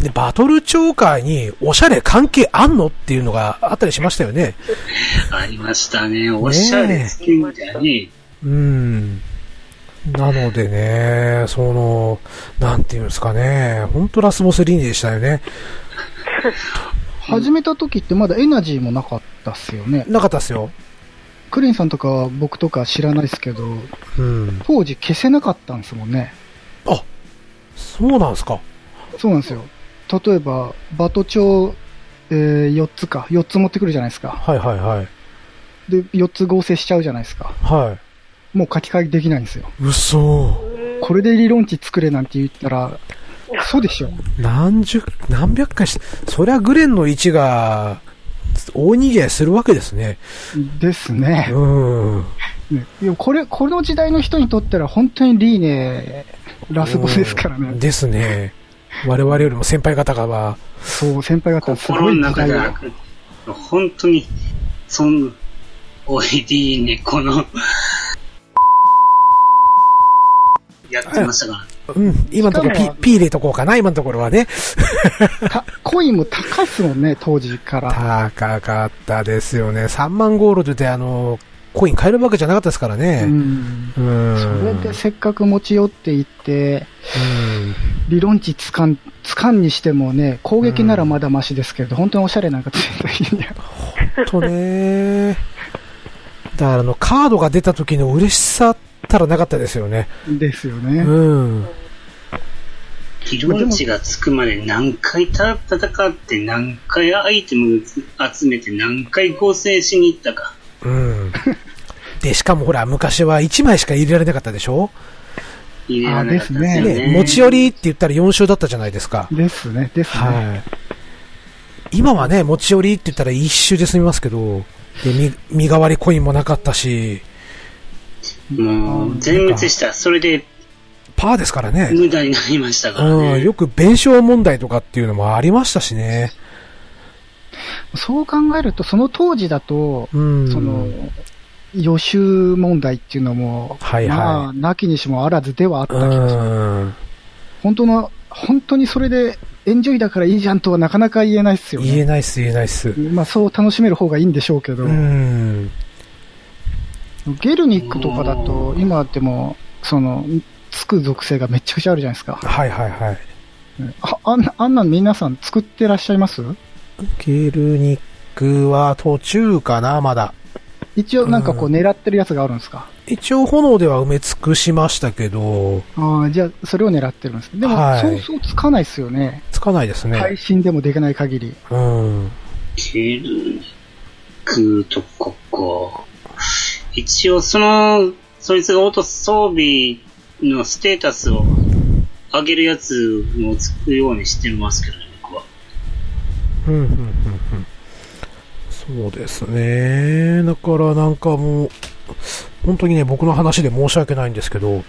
B: で、バトル超会におしゃれ関係あんのっていうのがあったりしましたよね。
A: ありましたね。おしゃれつけんじゃねえ。
B: うん。なのでね、その、なんていうんですかね、ほんとラスボスリーニでしたよね。
C: 始めた時ってまだエナジーもなかったっすよね。
B: なかったっすよ。
C: クリンさんとかは僕とか知らないっすけど、
B: うん。
C: 当時消せなかったんですもんね。
B: あ、そうなんですか。
C: そうなんですよ。例えば、バト帳、えー、4つか。4つ持ってくるじゃないですか。
B: はいはいはい。
C: で、4つ合成しちゃうじゃないですか。
B: は
C: もう書き換えできないんですよ。
B: い。嘘。
C: これで理論値作れなんて言ったら、そうでしょ。
B: 何十、何百回し、そりゃグレンの位置が、大逃げするわけですね。
C: ですね。
B: うん。
C: ねいや、これ、この時代の人にとったら本当にリーネ、ラスボスですから
B: うん
C: ね。
B: ですね。我々よりも先輩方がは、
C: そう、先輩方すご
A: 心
C: い
A: の
C: 時
A: 中
C: 代
A: で
C: だ
A: は、本当に、そん、おい、いいね、この、やってましたから。
B: うん、今のとこ
C: しか
B: ろ
C: も
B: P、P 入れとこうかな、今のところはね。
C: たコインも高いっすもんね、当時から。
B: 高かったですよね。3万ゴールドであの、コイン買えるわけじゃなかったですから
C: う
B: ね。
C: ん。
B: うん。
C: それでせっかく持ち寄っていって、
B: うん。
C: 理論値つかん、つかんにしてもね、攻撃ならまだマシですけど、本当におしゃれなんかついていいんだよ。
B: とね。だからあの、カードが出た時の嬉しさったらなかったですよね。
C: ですよ
B: う
C: ね。
B: ん。
A: 理論値がつくまで何回た戦って、何回アイテム集めて、何回合成しに行ったか。
B: うん。で、しかもほら、昔は1枚しか入れられなかったでしょ
A: 入れられなかったですよ
C: あ
A: ね。
B: ね、持ち寄りって言ったら4周だったじゃないですか。
C: ですね、ですね。
B: はい。今はね、持ち寄りって言ったら一周で済みますけど、で身身代わりコインもなかったし、
A: もう、全滅した。それで、
B: パーですからね。
A: 無駄になりましたから
B: うん、
A: ね。
B: よく弁償問題とかっていうのもありましたしね。
C: そう考えると、その当時だと、
B: うん。
C: その、予習問題っていうのも、
B: はいはい
C: まあ、なきにしもあらずではあった
B: う
C: けど、
B: ん。
C: 本当の、本当にそれで、エンジョイだからいいじゃんとはなかなか言えないっすよ
B: 言え
C: ね。
B: ないっす、言えないっす。
C: まあ、そう楽しめる方がいいんでしょうけど、
B: うん。
C: ゲルニックとかだと、今でも、その、つく属性がめちゃくちゃあるじゃないですか。
B: はいはいはい。
C: ああんな、あんなん皆さん作ってらっしゃいます
B: ケルニックは途中かな、まだ。
C: 一応なんかこう
B: うん
C: 狙ってるやつがあるんですか、
B: 一応炎では埋め尽くしましたけど、
C: ああ、じゃあそれを狙ってるんですね。でも、
B: はい
C: そうそうつかないですよね。
B: つかないですね。
C: 配信でもできない限り。
B: うん。
A: ケルクとかか。一応その、そいつが落とす装備のステータスを上げるやつもつくようにしてますけどね、僕は。
B: うん、うん、うん、うん。そうですね。だからなんかもう、本当にね、僕の話で申し訳ないんですけど、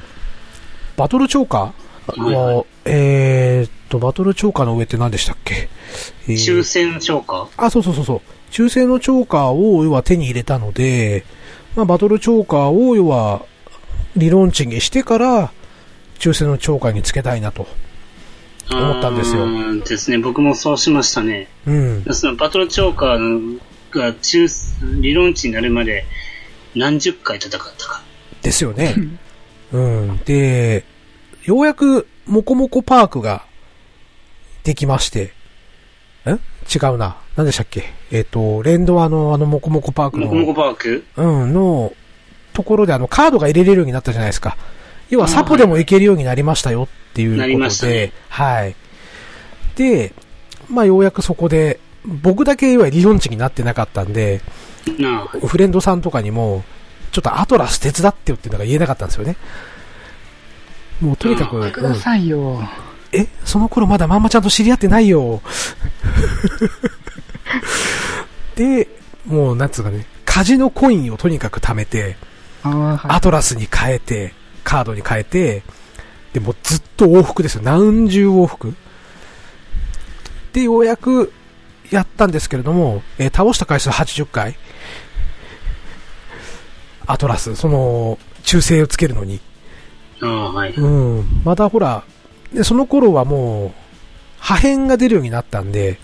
B: バトルチョーカー
A: はいはい
B: のえーっと、バトルチョーカーの上って何でしたっけ、えー
A: 抽選消化
B: あ、そうそうそうそう。中性のチョーカーを、要は手に入れたので、まあ、バトルチョーカーを、要は、理論値にしてから、中性のチョーカーにつけたいなと。思ったんですよ
A: うーんですね。僕もそうしましたね。
B: うん。
A: そのバトルチョーカーが中、理論値になるまで何十回戦ったか。
B: ですよね。うん。で、ようやく、モコモコパークが、できまして、ん違うな。何でしたっけえっ、と、レンドアの、あの、モコモコパークの。
A: モコモコパーク
B: うん、のところであのカードが入れれるようになったじゃないですか。要はサポでもいけるようになりましたよっていうことで。
A: なりましたね
B: はい。で、まあようやくそこで、僕だけいわゆる理論値になってなかったんで、
A: なあ。
B: フレンドさんとかにも、ちょっとアトラス手伝ってよっていうのが言えなかったんですよね。もうとにかく、
C: くださいよ。
B: え、その頃まだまんまちゃんと知り合ってないよ。で、もうなんつうかね、カジノコインをとにかく貯めて、
C: ああ、は
B: アトラスに変えて、カードに変えて、で、もうずっと往復ですよ。何十往復。で、ようやくやったんですけれども、えー倒した回数80回。アトラス、その、忠誠をつけるのに。
A: ああ、はい。
B: うん。またほら、で、その頃はもう、破片が出るようになったんで、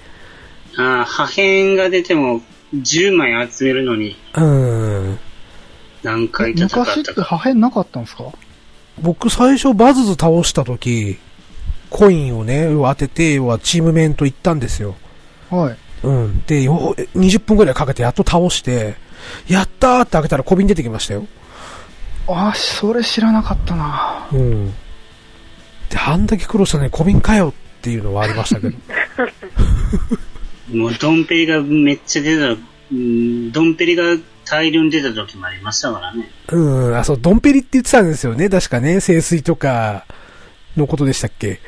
A: ああ、破片が出ても10枚集めるのに
B: うん。
A: 何
C: い。
A: 回戦った
C: 昔って
A: か。
C: 破片なかったんですか
B: 僕最初バズズ倒した時、コインをね、要は当てて、要はチームメント行ったんですよ。
C: はい。
B: うん。で、よう20分くらいかけてやっと倒して、やったーって開けたら小瓶出てきましたよ。
C: ああ、それ知らなかったな。
B: うん。で、あんだけ苦労したのに小瓶かよっていうのはありましたけど。
A: もうドンペリがめっちゃ出た、うんドンペリが大量に出た時もありましたからね。
B: うん。あ、そう、ドンペリって言ってたんですよね。確かね、清水とかのことでしたっけ。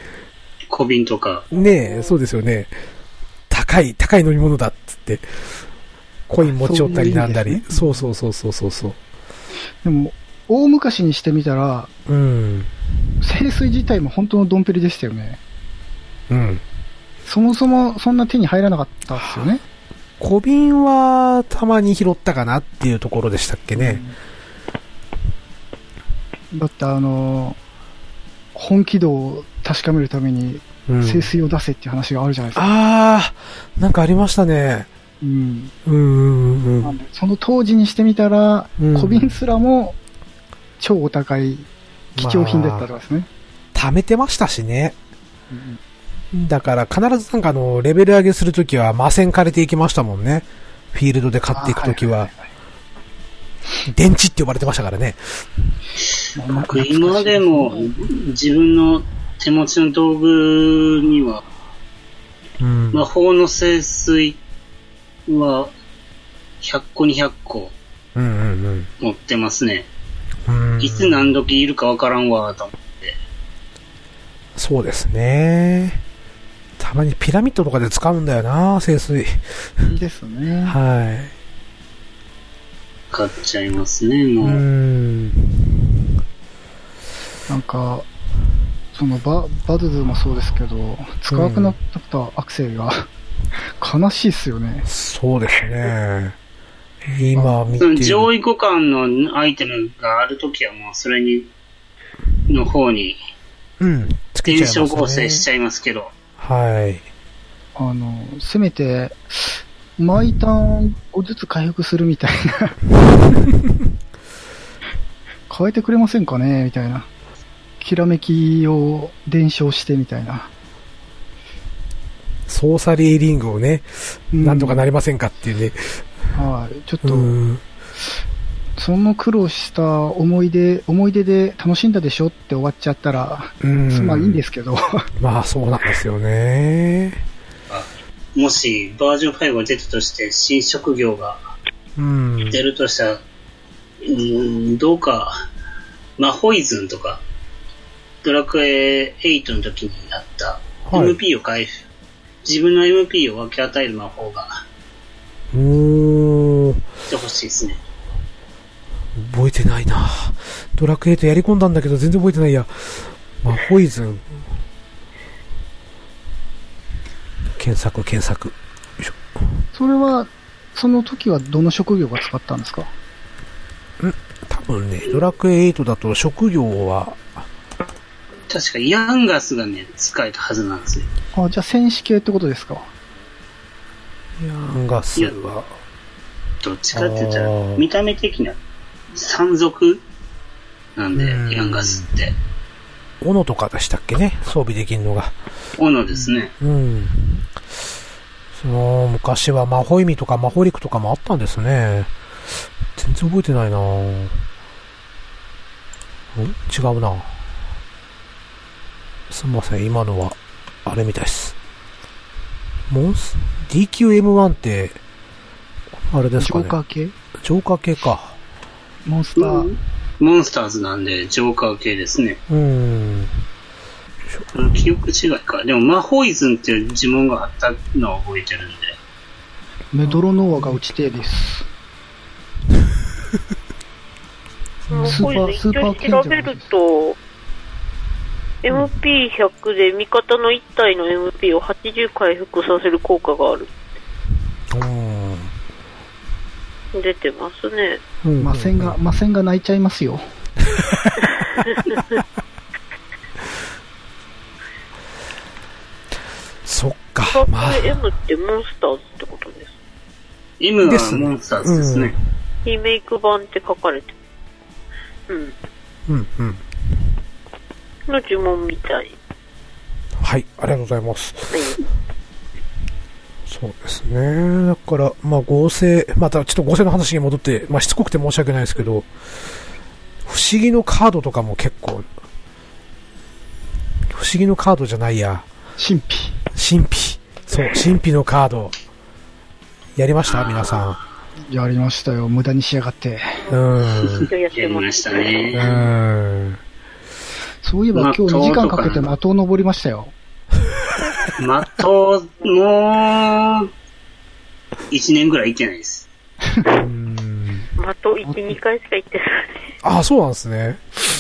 A: 小瓶とか。
B: ねえ、そうですよね。高い、高い飲み物だっつって、コイン持ち寄ったりなんだり。
C: そ
B: そう
C: いう
B: そうそうそうそうそう。
C: でも、大昔にしてみたら、
B: うん。
C: 清水自体も本当のドンペリでしたよね。
B: うん。
C: そもそもそんな手に入らなかったですよね。
B: 小瓶はたまに拾ったかなっていうところでしたっけね。
C: だってあのー本気度を確かめるために、
B: うん
C: 清水を出せっていう話があるじゃないですか。
B: あー、なんかありましたね。
C: うん。
B: うんうんうんう
C: なん
B: ん。
C: でその当時にしてみたら、
B: うん
C: 小瓶すらも超お高い貴重品だったわけですね。
B: 貯めてましたしね。
C: うん
B: だから必ずなんかあの、レベル上げするときは魔線借りていきましたもんね。フィールドで買っていくときは。電池って呼ばれてましたからね。
C: まあ
A: 僕今でも自分の手持ちの道具には、
B: うん。
A: 魔法の清水は100個200個
B: うんうん
A: 持ってますね。
B: うん。うん
A: いつ何時いるかわからんわ、と思って。
B: そうですね。たまにピラミッドとかで使うんだよな、清水。
C: いいですね。
B: は
A: 買っちゃいますね、
B: い。
A: も
B: う
A: う。
B: ん。
C: なんか、そのババズズもそうですけど、使わなくなったアクセルが、悲しいっすよね。
B: そうですね。今
A: そ
B: 見て
A: の
B: る。
A: 上位互換のアイテムがあるときはもうそれに、の方に
B: うん。つけちゃ
A: 転
B: いますね
A: 生合成しちゃいますけど、
B: はい。
C: あの、せめて、毎ターンをずつ回復するみたいな。 変えてくれませんかねみたいな。きらめきを伝承してみたいな。
B: ソーサリーリングをね、
C: うん
B: なんとかなりませんかっていうね。
C: はい。ちょっ
B: う
C: と、
B: ん。
C: その苦労した思い出、思い出で楽しんだでしょって終わっちゃったら、
B: うん
C: まあいいんですけど。
B: まあそうなんですよね。
A: もしバージョン5が出たとして新職業が
B: うん。
A: 出るとしたら、うーん、どうか、まあ、ホイズンとか、ドラクエ8の時にやった、
B: はい
A: MP を回復、自分の MP を分け与える魔法が
B: うーん。
A: してほしいですね。
B: 覚えてないなドラクエとやり込んだんだけど全然覚えてないや。まあ、ポイズン。検索、検索。よいしょ
C: それは、その時はどの職業が使ったんですか
B: 多分ね、ドラクエ8だと職業は、
A: 確かヤンガスがね、使えたはずなんですよ。
C: あ、じゃあ戦士系ってことですか
B: ヤンガスは、
A: どっちかって言った
B: あ
A: ら
B: ー、
A: 見た目的な山賊なんで
B: うん、
A: ヤンガスって。
B: 斧とかでしたっけね装備できるのが。
A: 斧ですね。
B: うん。その、昔は魔法意味とか魔法陸とかもあったんですね。全然覚えてないなうん違うなすみません、今のは、あれみたいです。モンス ?DQM1 って、あれで
C: ジ
B: すか
C: ョ
B: ね
C: ー。カー系
B: ジョーカー系か。
C: モンスター。
A: モンスターズなんで、ジョーカー系ですね。
B: うん。
A: 記憶違いか。でも、魔法イズンっていう呪文があったのは覚えてるんで。
C: メドロノアが打ち手です。
D: もう
C: スーパー
D: これ
C: スーパー
D: 一応調べると、MP100 で味方の1体の MP を80回復させる効果がある。
B: うん。
D: 出てますね。
B: うん
C: 魔線が、。魔線が泣いちゃいますよ。
B: そっか
D: カ。
B: まあ
D: ップ M ってモンスターズってことです。
A: M
B: で
A: は
B: すね
A: モンスターズですね。
D: リメイク版って書かれてる。うん。
B: うんうん。
D: の呪文みたい。
B: はい、ありがとうございます。そうですね。だから、まあ合成、またちょっと合成の話に戻って、まあしつこくて申し訳ないですけど、不思議のカードとかも結構、不思議のカードじゃないや、
C: 神秘。
B: 神秘。そう、神秘のカード。やりました皆さ
C: やりましたよ。無駄にしやがって。
B: ん。うん。
D: やっ
A: や
D: て
A: り
D: ま。
A: ますした
B: う
A: ね。
B: ん。
C: そういえば今日
A: まあ
C: 2時間
A: 塔とか
C: かけて的を登りましたよ。
A: まと、もう、1年ぐらい行ってないです。
B: うん
D: まと1、2回しか行ってない。
B: あ、そうなんですね。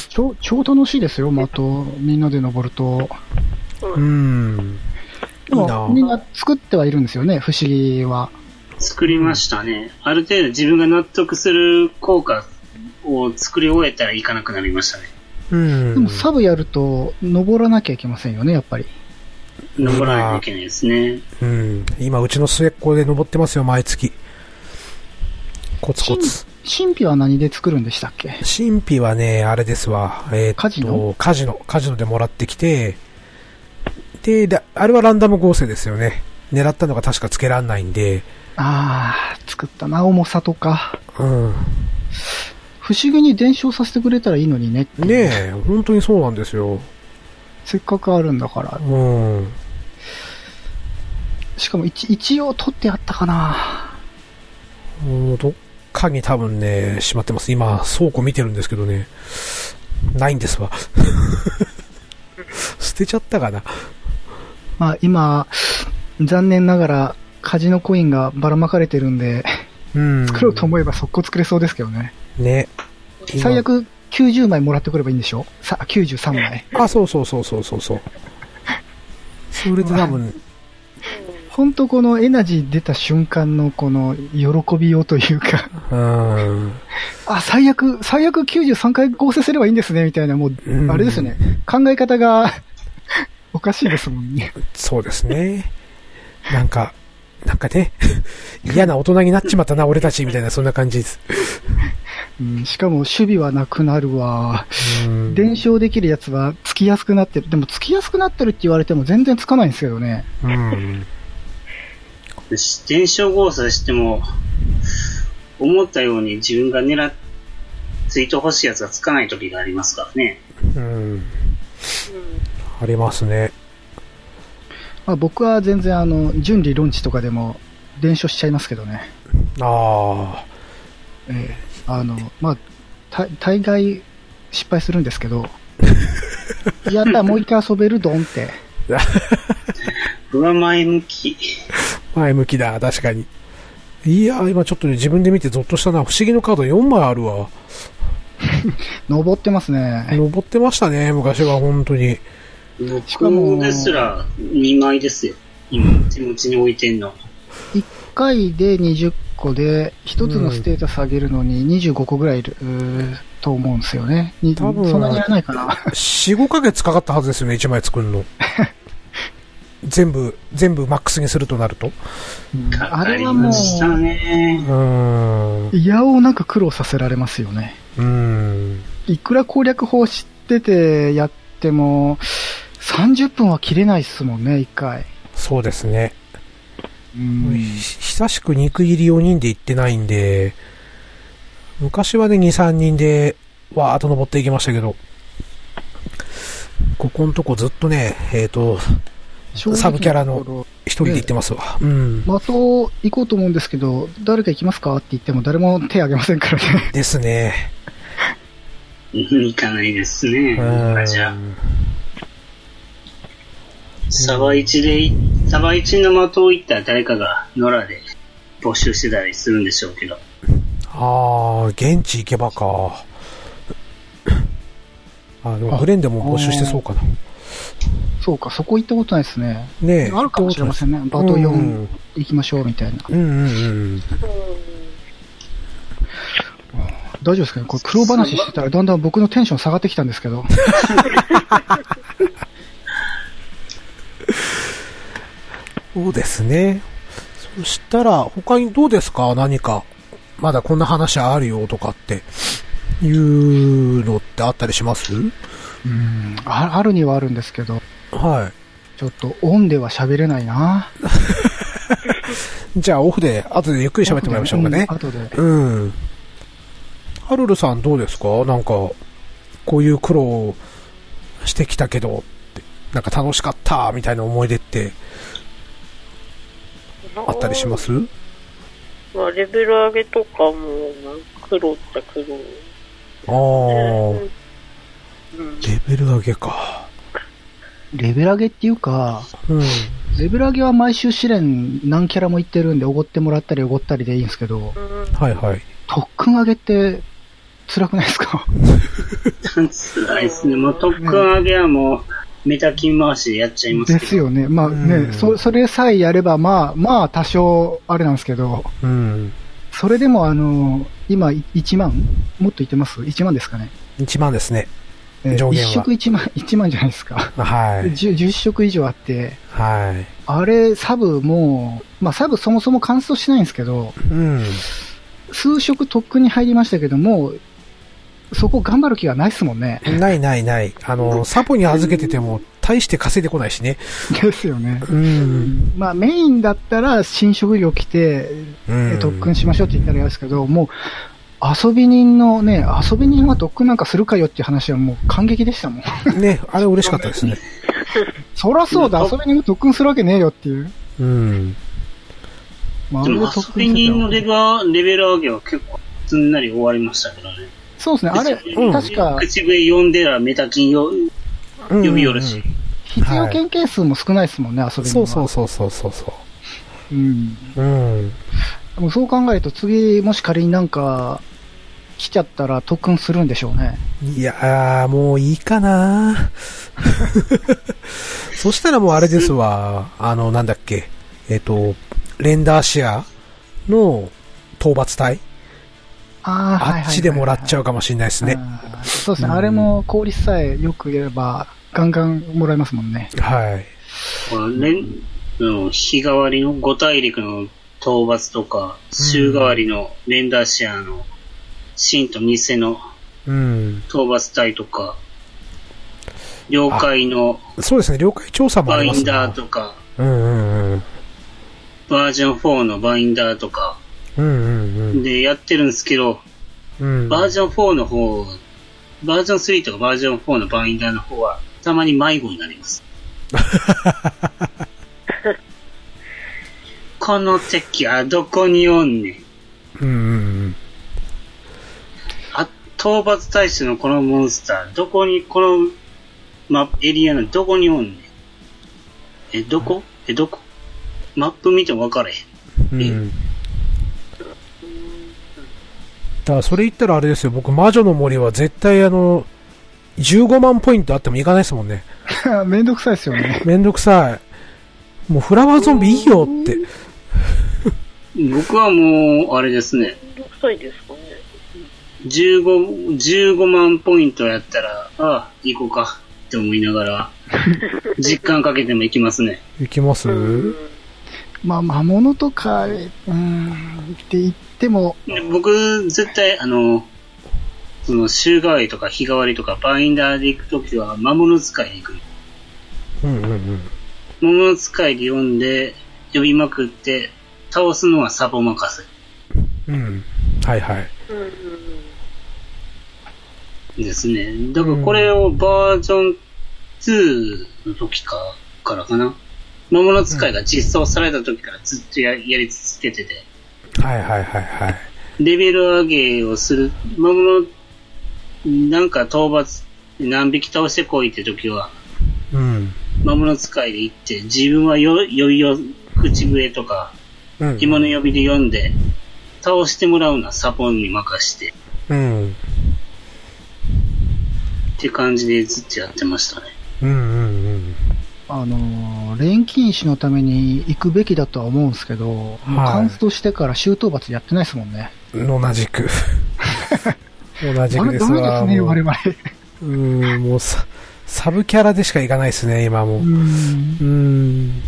C: 超、超楽しいですよ、的。みんなで登ると。
B: うん。
C: で
B: いいな
C: も、みんな作ってはいるんですよね、不思議は。
A: 作りましたね。ある程度自分が納得する効果を作り終えたら行かなくなりましたね。
B: うん。
C: でも、サブやると、登らなきゃいけませんよね、やっぱり。
A: 登らないといけないですね。
B: うん。今、うちの末っ子で登ってますよ、毎月。コツコツ。
C: 神秘は何で作るんでしたっけ
B: 神秘はね、あれですわ。えーっと
C: カジノ
B: カジノ。カジノでもらってきて、で、だあれはランダム合成ですよね。狙ったのが確かつけらんないんで、
C: あー、作ったな、重さとか。
B: うん。
C: 不思議に伝承させてくれたらいいのにねっていう
B: ねえ、本当にそうなんですよ。
C: せっかくあるんだから
B: う。ん。
C: しかも一、一応取ってあったかな。
B: もうどっかに多分ね、しまってます。今、倉庫見てるんですけどね、ないんですわ。 捨てちゃったかな。
C: まあ、今、残念ながら、カジノコインがばらまかれてるんで、
B: うん。
C: 作ろうと思えば速攻作れそうですけどね。
B: ね。今
C: 最悪、90枚もらってくればいいんでしょさ、93枚。
B: あ、そうそうそうそうそうそう。それで多分、
C: ほんとこのエナジー出た瞬間のこの喜びようというか、
B: うーん。
C: あ、最悪、最悪93回合成すればいいんですね、みたいな、もう
B: う、ん
C: あれですよね。考え方が、 おかしいですもんね。
B: そうですね。なんか、なんかね、 嫌な大人になっちまったな、俺たち、みたいな、そんな感じです。
C: うん、しかも、守備はなくなるわ。
B: うん
C: 伝承できるやつは、つきやすくなってる。でも、つきやすくなってるって言われても全然つかないんですけどね。
B: うん。
A: し伝承合成しても、思ったように自分が狙っついてほしいやつがつかない時がありますからね。
B: うん。
D: うん
B: ありますね。
C: まあ、僕は全然あの、準理論知とかでも伝承しちゃいますけどね。
B: あ
C: ええあの、まあ、た大概失敗するんですけ ど、やった、もう一回遊べる、ドンって。
A: 不安前向き。
B: あ、前向きだ、確かに。いや、今ちょっとね、自分で見てゾッとしたな。不思議のカード4枚あるわ。
C: 登ってますね。
B: 登ってましたね、昔は、本当に。
C: しかも
A: 僕ですら2枚ですよ。今、手持ちに置いてんの。
C: 1回で20個で、1つのステータス上げるのに25個ぐらいいる、うーと思うんですよね。に
B: 多分
C: そんなにいらない かな。
B: 4、5ヶ月かかったはずですよね、1枚作るの。全部、全部マックスにするとなると。
C: うんあ
A: かか
C: れ
A: り
C: はも
A: ました
C: う、
B: う
A: ね。
B: ーん。う
C: いやおうなく苦労させられますよね。
B: ーん。
C: いくら攻略法知っててやっても、30分は切れないっすもんね、1回。
B: そうですね。
C: うん
B: ひ久しく肉入り4人で行ってないんで、昔はね、2、3人で、わーっと登っていきましたけど、ここのとこずっとね、えっ、と、サブキャラの。一人で行ってますわ。うん。
C: まと行こうと思うんですけど、誰か行きますかって言っても誰も手挙げませんか らね。
B: ですね。
A: いかないですね。
B: うん。
A: じゃあ、サバイチでい、サバイチの的を行ったら誰かが野良で募集してたりするんでしょうけど。
B: あー、現地行けばか。あ、でも
C: あ
B: フレンでも募集してそうかな。
C: そうか、そこ行ったことないですね。
B: ねえ。
C: あるかもしれませんね。バト
B: う
C: 4
B: ん
C: 行きましょうみたいな。
B: うんうんうん。
C: 大丈夫ですかねこれ苦労話してたらだんだん僕のテンション下がってきたんですけど。
B: そうですね。そしたら、他にどうですか何か。まだこんな話あるよとかって。いうのってあったりします
C: うんああるにはあるんですけど、
B: は
C: ちょっとオンでは喋れないな。
B: い。じゃあ、オフで、後でゆっくり喋ってもらいましょうかね
C: ん。後で。
B: うん。ハルルさんどうですかなんか、こういう苦労してきたけど、ってなんか楽しかった、みたいな思い出ってあったりします
D: まあ、レベル上げとかも、なんか苦労っちゃ苦労。
B: あー、
D: うん。
B: レベル上げか。
C: レベル上げっていうか、
B: うん。
C: レベル上げは毎週試練何キャラも行ってるんで、おごってもらったりおごったりでいいんですけど、
D: うん
B: はいはい。
C: 特訓上げって辛くないですか
A: 辛いですね。もう特訓上げはもう、メタキン回しでやっちゃいますけ
C: で
A: ど。
C: すよね。まあ
B: う
C: ね、
B: ん
C: そ、それさえやれば、まあ、まあ多少あれなんですけど、
B: うん。
C: それでもあの、今1万もっと言ってます ?1 万ですかね。
B: 一番ですね。
C: えー
B: 上限
C: 一
B: は
C: 食1万、1万じ ゃないですか。
B: はい。
C: 10, 10食以上あって、
B: は
C: あれ、サブもう、まあサブそもそも乾燥しないんですけど、
B: い。うん。
C: 数食特訓に入りましたけども、そこ頑張る気がないっすもんね。
B: ないないない。あの、サポに預けてても、大して稼いでこないしね。
C: ですよね。
B: うん。
C: まあメインだったら新職業来て、
B: うん。
C: 特訓しましょうって言ったら嫌ですけど、もう遊び人のね、遊び人は特訓なんかするかよっていう話はもう感激でしたもん。
B: ね、あれ嬉しかったですね。
C: そらそうだ、遊び人が特訓するわけねえよっていう。
B: うん。
C: まあ、あ
A: で
C: れで
A: も
C: 特
A: 遊
C: 訓
A: び人の
C: し
A: レ
C: て
A: ベルレベル上げは結構すんなり終わりましたけどね。
C: た。そうですね、あれ、
B: うん
C: 確か、
A: 口笛読んでらメタキンを
B: 読
A: 呼び寄るし。
C: 必要研究数も少ないですもんね、遊び人
B: そ
C: は。
B: うそうそうそうそうそ
C: うん。
B: う。うん。
C: もうそう考えると次、もし仮になんか、来ちゃったら特訓するんでしょうね。
B: いやー、もういいかな そしたらもうあれですわ。あの、なんだっけ。えっ、と、レンダーシアの討伐隊。
C: ああ、
B: あっちでもらっちゃうかもしれないです
C: ね
B: ね。。
C: あーそうですね、
B: うん
C: あれも効率さえよくやれば、ガンガンもらえますもんね。
B: はい。
A: この連うん日替わりの五大陸の討伐とか、週替わりのレンダーシアの真と偽の
B: うん。
A: 討伐隊とか、領海の
B: そうですね、了解調査もあ
A: バ
B: りま
A: イ
B: す
A: ン
B: ね
A: ダーとか、
B: うんうんうん。
A: バージョン4のバインダーとか
B: うんうん
A: でやってるんですけど、
B: うん。うん。
A: バージョン4の方、バージョン3とかバージョン4のバインダーの方は、たまに迷子になります。この敵はどこにおんねん。
B: うんうん
A: あ、討伐大使のこのモンスター、どこに、この、ま、エリアのどこにおんねん。え、どこえ、どこマップ見ても分からへん。
B: うん。うん。だからそれ言ったらあれですよ、僕、魔女の森は絶対あの、15万ポイントあってもいかないですもんね。
C: めんどくさいですよ ね。
B: めんどくさい。もうフラワーゾンビいいよって。
A: 僕はもう、あれですね。
D: どくさいですかね。
A: 15、15万ポイントやったら、ああ、行こうかって思いながら、実感かけても行きますね。
B: いきます
C: まあ、魔物とか、うん、って言っても、
A: で僕、絶対、あの、その、週替わりとか日替わりとか、バインダーで行くときは、魔物使いに行く。
B: うんうんうん。
A: 魔物使いで読んで、呼びまくって、倒すのはサボ任
B: うん。はいはい。
D: うんうんうん。
A: せですね。だからこれをバージョン2の時か、からかな。魔物使いが実装された時からずっとややり続けてて。
B: はいはいはいはい。
A: レベル上げをする、魔物、なんか討伐、何匹倒してこいって時は、
B: うん。
A: 魔物使いで行って、自分はよ、よいよ、口笛とか、
B: うん。
A: 紐の呼びで読んで、倒してもらうのはサポンに任して、
B: うん。
A: って感じでずっとやってましたね。
B: うんうんうん。
C: あの、錬金師のために行くべきだとは思うんですけど、もう
B: はい
C: カンストしてから周討伐やってないですもんね。
B: 同じく。同じ
C: ダ
B: く
C: メ
B: で
C: ダ
B: す
C: メで
B: わ。
C: すね、
B: もう
C: 我々。
B: うん、もうササブキャラでしかいかないですね、今も
C: う
B: う。
C: ん。
B: うん。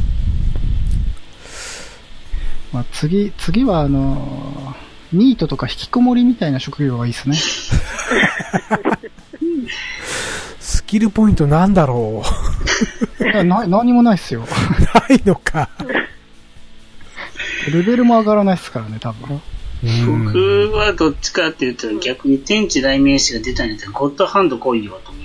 C: まあ、次、次はあの、ニートとか引きこもりみたいな職業がいいですね。
B: スキルポイントなんだろう。
C: いやな何もないっすよ。
B: ないのか。
C: レベルも上がらないっすからね、多分。
B: う
A: 僕
B: ん
A: はどっちかっていうと、逆に天地代名詞が出たんやったら、ゴッドハンド来いよと思う。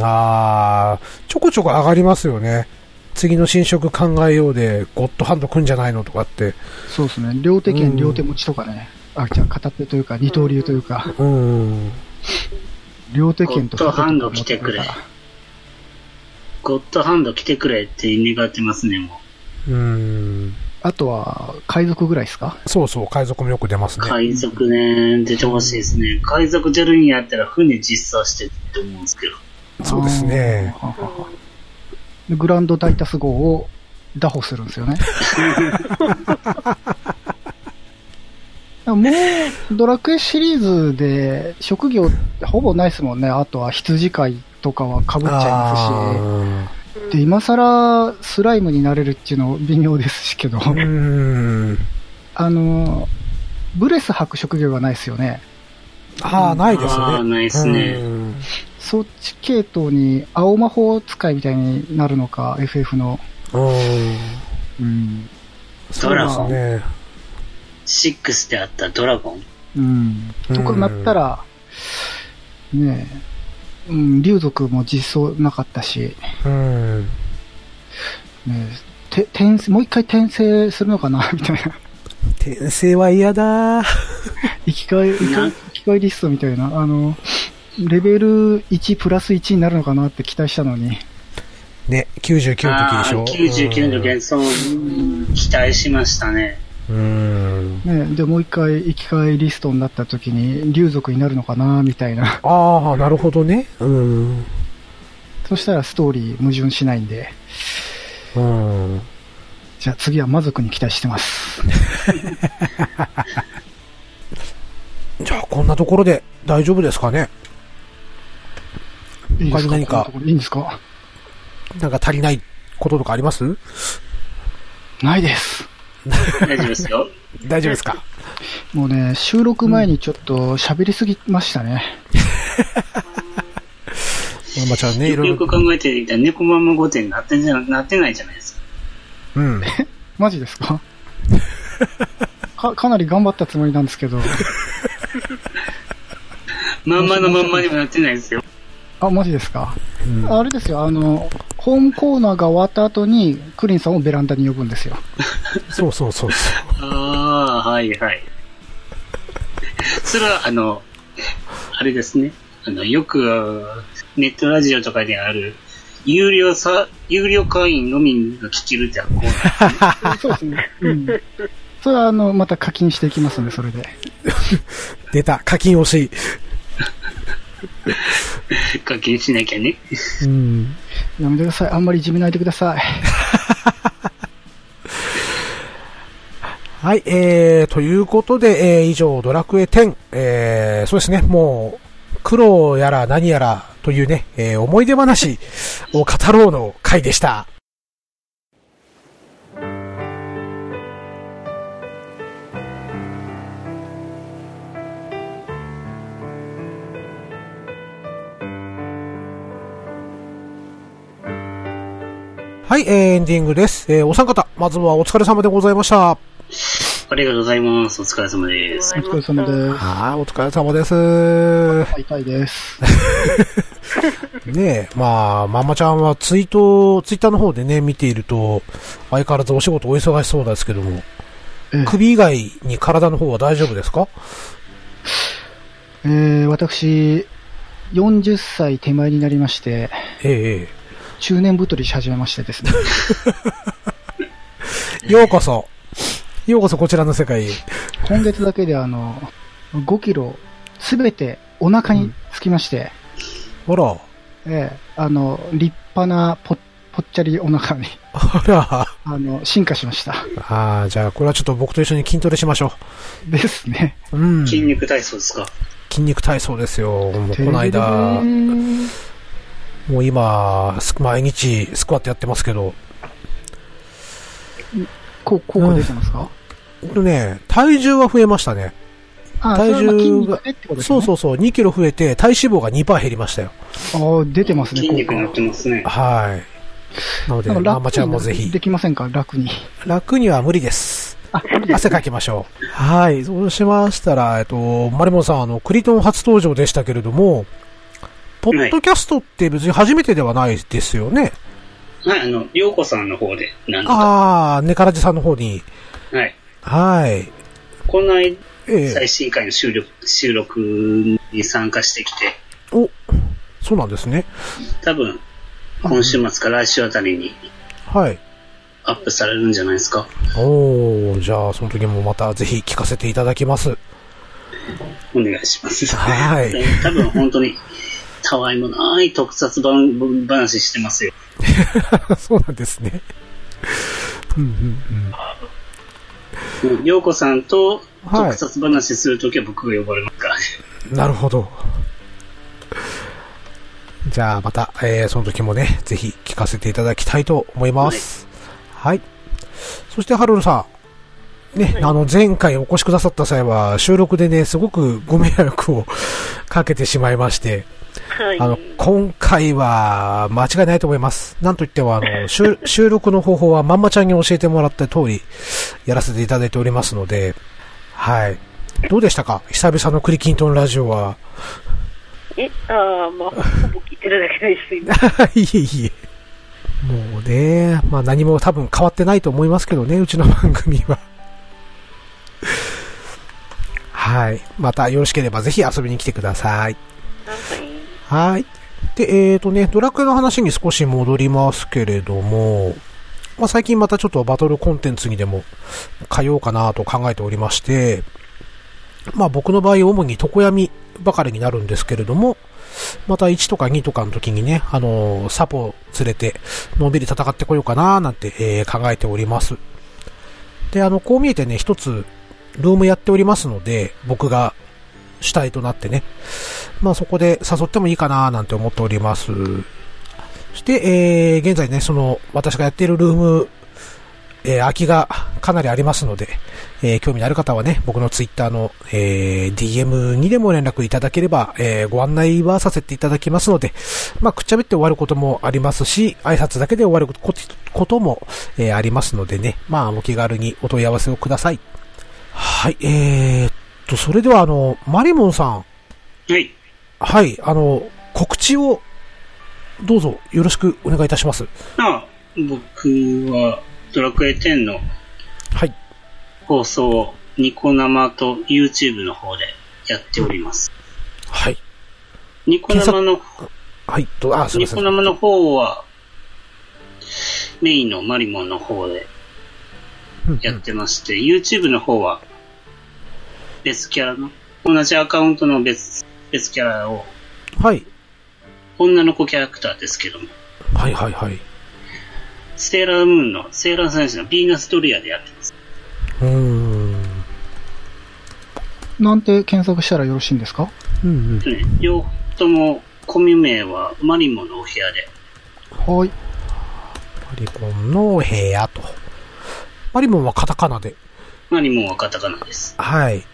B: あーちょこちょこ上がりますよね。次の新色考えようで、ゴッドハンド来んじゃないのとかって。
C: そうですね。両手
B: うん
C: 剣、両手持ちとかね。あ、じゃあ片手というか、二刀流というか、
B: うん。
C: 両手
A: ゴ
C: 剣
A: ッ
C: と
A: ドハ
C: 片手
A: ン
C: と
A: ド
C: か
A: 来
C: 持ってて
A: く
C: く
A: れ
C: れ。
A: ゴッドハンド来てくれって願ってますね、もう。
B: うん。
C: あとは、海賊ぐらいですか
B: そうそう、海賊もよく出ますね。
A: 海賊ね、出てほしいですね。海賊出るんやったら船実装してって思うんですけど。
B: そうですね
C: あーはははでグランドダイタス号を打破するんですよね。もう、ドラクエシリーズで職業ほぼないですもんね。あとは羊飼いとかは被っちゃいま
B: あ
C: すし。で、今更スライムになれるっていうの微妙ですしけど、
B: ーうん。
C: あの、ブレス履く職業がないですよね。
B: ああ、ないですね。
A: あーないですね
B: うん
C: そっち系統に青魔法使いみたいになるのか、FF の。
B: うん。
C: うん。
B: そうですね。
A: 6であったドラゴン。
C: うん。とかなったら、ねえ、うん、竜族も実装なかったし、
B: うん。
C: ねえ、て転生、もう一回転生するのかな、 みたいな。
B: 転生は嫌だ
C: 生き返り、生き返りリストみたいな、あの、レベル1プラス1になるのかなって期待したのに。
B: ね、99の時でしょ。
A: 99の時、そう、期待しましたね。
B: うん。
C: ねえ、で、もう一回生き返りリストになった時に、竜族になるのかな、みたいな。
B: ああ、なるほどね。うん。
C: そしたらストーリー矛盾しないんで、
B: うん。
C: じゃあ次は魔族に期待してます。
B: じゃあ、こんなところで大丈夫ですかね
C: いいで
B: 他
C: す
B: に
C: か
B: 何か
C: こんなところいいんですか
B: なんか足りないこととかあります
C: ないです。
A: 大丈夫ですよ。
B: 大丈夫ですか
C: もうね、収録前にちょっと喋りすぎましたね。
B: まあ、ちゃ んね、いろい
A: よ
B: ろ
A: く。考えて みたら猫まんま御殿になってんじゃなってないじゃないですか。
B: うん。
C: マジですかか、かなり頑張ったつもりなんですけど、
A: まんまのまんまにもなってないですよ。
C: あ、マジですか。
B: うん
C: あれですよ、あの、ホームコーナーが終わった後に、クリンさんをベランダに呼ぶんで すよ。
B: そうそうそうそう。
A: ああ、はいはい。それは、あの、あれですね。あの、よく、ネットラジオとかである、有料さ、有料会員のみが聞けるってコーナー。
C: そうですね。うん。それは、あの、また課金していきますんで、それで。
B: 出た、課金欲し
A: 課金しなきゃね。
B: い。うん。
C: やめてください。あんまりいじめないでください。
B: はい、えー、ということで、えー、以上、ドラクエ10、えー、そうですね、もう、苦労やら何やらというね、えー、思い出話を語ろうの回でした。はい、えー、エンディングです。えー、お三方、まずはお疲れ様でございました。
A: ありがとうございます。お疲れ様です。
C: お疲れ様です。
B: ああ、お疲れ様です。
C: 会いたいです。
B: ねえ、まあ、まんまちゃんはツイート、ツイッターの方でね、見ていると、相変わらずお仕事お忙しそうですけども
C: ええ、
B: 首以外に体の方は大丈夫ですか
C: えー、私、40歳手前になりまして、
B: ええ、
C: 中年太りし始めましてです ね。
B: ええ。ようこそ。ようこそこちらの世界へ。
C: 今月だけであの、5キロすべてお腹につきまして、
B: あら、
C: ええあの、立派なぽぽっちゃりお腹に、
B: あら。
C: あの、進化しました。
B: ああ、じゃあ、これはちょっと僕と一緒に筋トレしましょ
C: ですね。
B: う。うん。
A: 筋肉体操ですか。
B: 筋肉体操ですよ。もうこの間、もう今、す毎日スクワットやってますけど、
C: こう、効果出てますか、
B: ほんとね、体重は増えましたね。
C: ああ、
B: 体
C: 体
B: 重
C: 重筋肉ねってことです
B: そ
C: ね。
B: うそうそう、2キロ増えて、体脂肪が2%減りましたよ。
C: う。ああ、出てますね、
A: 筋肉にな
C: 効
A: っ
C: 果。
A: てますね。
B: はい。なので、
C: なんか
B: まんまちゃんも
C: 楽
B: ぜ
C: に
B: ひ
C: で。きませんか楽に。
B: 楽には無理です。
C: あ、
B: 汗かきましょう。はい。そうしましたら、えっと、マリモンさん、あの、クリトン初登場でしたけれども、ポッドキャストって別に初めてではないですよね。
A: はい、あの、ようこさんの方で、なんとか。
B: ああ、ネカラジさんの方に。
A: はい。
B: はい。
A: この間、
B: ええ
A: 最新回の収録、収録に参加してきて、
B: お、そうなんですね。
A: 多分、今週末か来週あたりに
B: はい。
A: アップされるんじゃないですか。
B: おー、じゃあ、その時もまたぜひ聞かせていただきます。
A: お願いします。
B: はい
A: えー多分本当に、たわいもない特撮版話してますよ。
B: そうなんですね。うんうんうん。
A: ようこさんと
B: はい
A: 特撮話するときは僕が呼ばれますからね。
B: なるほど。じゃあまた、えーその時もね、ぜひ聞かせていただきたいと思います。はい。そして、ハルルさん。ね、あの、前回お越しくださった際は、収録でね、すごくご迷惑をかけてしまいまして、
D: はい。
B: あの、今回は、間違いないと思います。なんといっても、あ の、収収録の方法は、まんまちゃんに教えてもらった通り、やらせていただいておりますので、はい。どうでしたか久々のクリキントンラジオは。
D: え、ああ、まあ、ほぼ聞いてるだけです。今
B: いえいえ。もうね、まあ何も多分変わってないと思いますけどね、うちの番組は。はい。またよろしければぜひ遊びに来てください。
D: なんかいい。
B: はい。で、えっ、ー、とね、ドラクエの話に少し戻りますけれども、まあ最近またちょっとバトルコンテンツにでも変えようかなと考えておりまして、まあ僕の場合主に常闇ばかりになるんですけれども、また1とか2とかの時にね、あのーサポを連れて、のんびり戦ってこようかななんて、えー考えております。で、あの、こう見えてね、一つ、ルームやっておりますので、僕が主体となってね、まあそこで誘ってもいいかななんて思っております。そして、えー現在ね、その、私がやっているルーム、えー空きがかなりありますので、えー興味のある方はね、僕のツイッターの、えー DM にでも連絡いただければ、えーご案内はさせていただきますので、まあ、くっちゃべって終わることもありますし、挨拶だけで終わることことも、えーありますのでね、まあ、お気軽にお問い合わせをください。はい、えー、っと、それでは、あの、マリモンさん、
A: はい。
B: はい、あの、告知を、どうぞよろしくお願いいたします。
A: あ、僕は、ドラクエ10の
B: はい。
A: 放送をニコ生と YouTube の方でやっております。
B: はい。
A: ニコ生の、
B: はい、と、あ、す
A: ニ
B: みませ
A: コ
B: ん。
A: 生の方は、メインのマリモンの方で
B: うんう
A: やっ
B: ん
A: てまして、YouTube の方は、別キャラの、同じアカウントの別、別キャラを、
B: はい。
A: 女の子キャラクターですけども、
B: はい、はい、はい。
A: セーラームーンの、セーラー戦士のヴィーナスドリアでやってます。
B: うーん。
C: なんて検索したらよろしいんですか
B: うんうん。
A: ね、両方とも、コミュ名はマリモのお部屋で、
C: はい。
B: マリコンの部屋と。マリモンはカタカナで。
A: マリモンはカタカナです。
B: はい。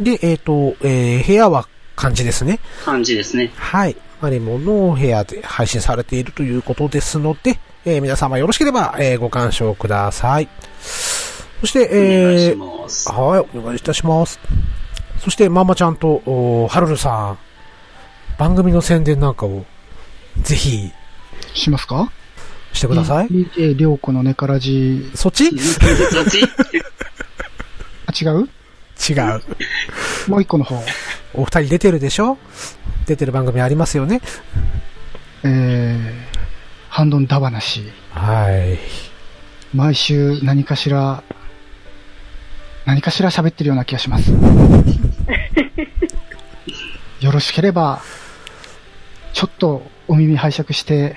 B: で、えっ、と、えー、部屋は漢字ですね。
A: 漢字ですね。
B: はい。マリモンの部屋で配信されているということですので、えー皆様よろしければ、えーご鑑賞ください。そして、
A: お願い
B: え
A: し
B: ー、
A: ます。
B: はい、お願いいたします。そして、ママちゃんと、おーハルルさん、番組の宣伝なんかを、ぜひ、
C: しますか
B: してください。
C: DJ りょうこのネカラジ
B: そっち違う。
A: そっち
C: あ、違うもう一個の方。
B: お二人出てるでしょ出てる番組ありますよね
C: えー、ハンドンダ話。
B: はい。
C: 毎週何かしら、何かしら喋ってるような気がします。よろしければ、ちょっとお耳拝借して、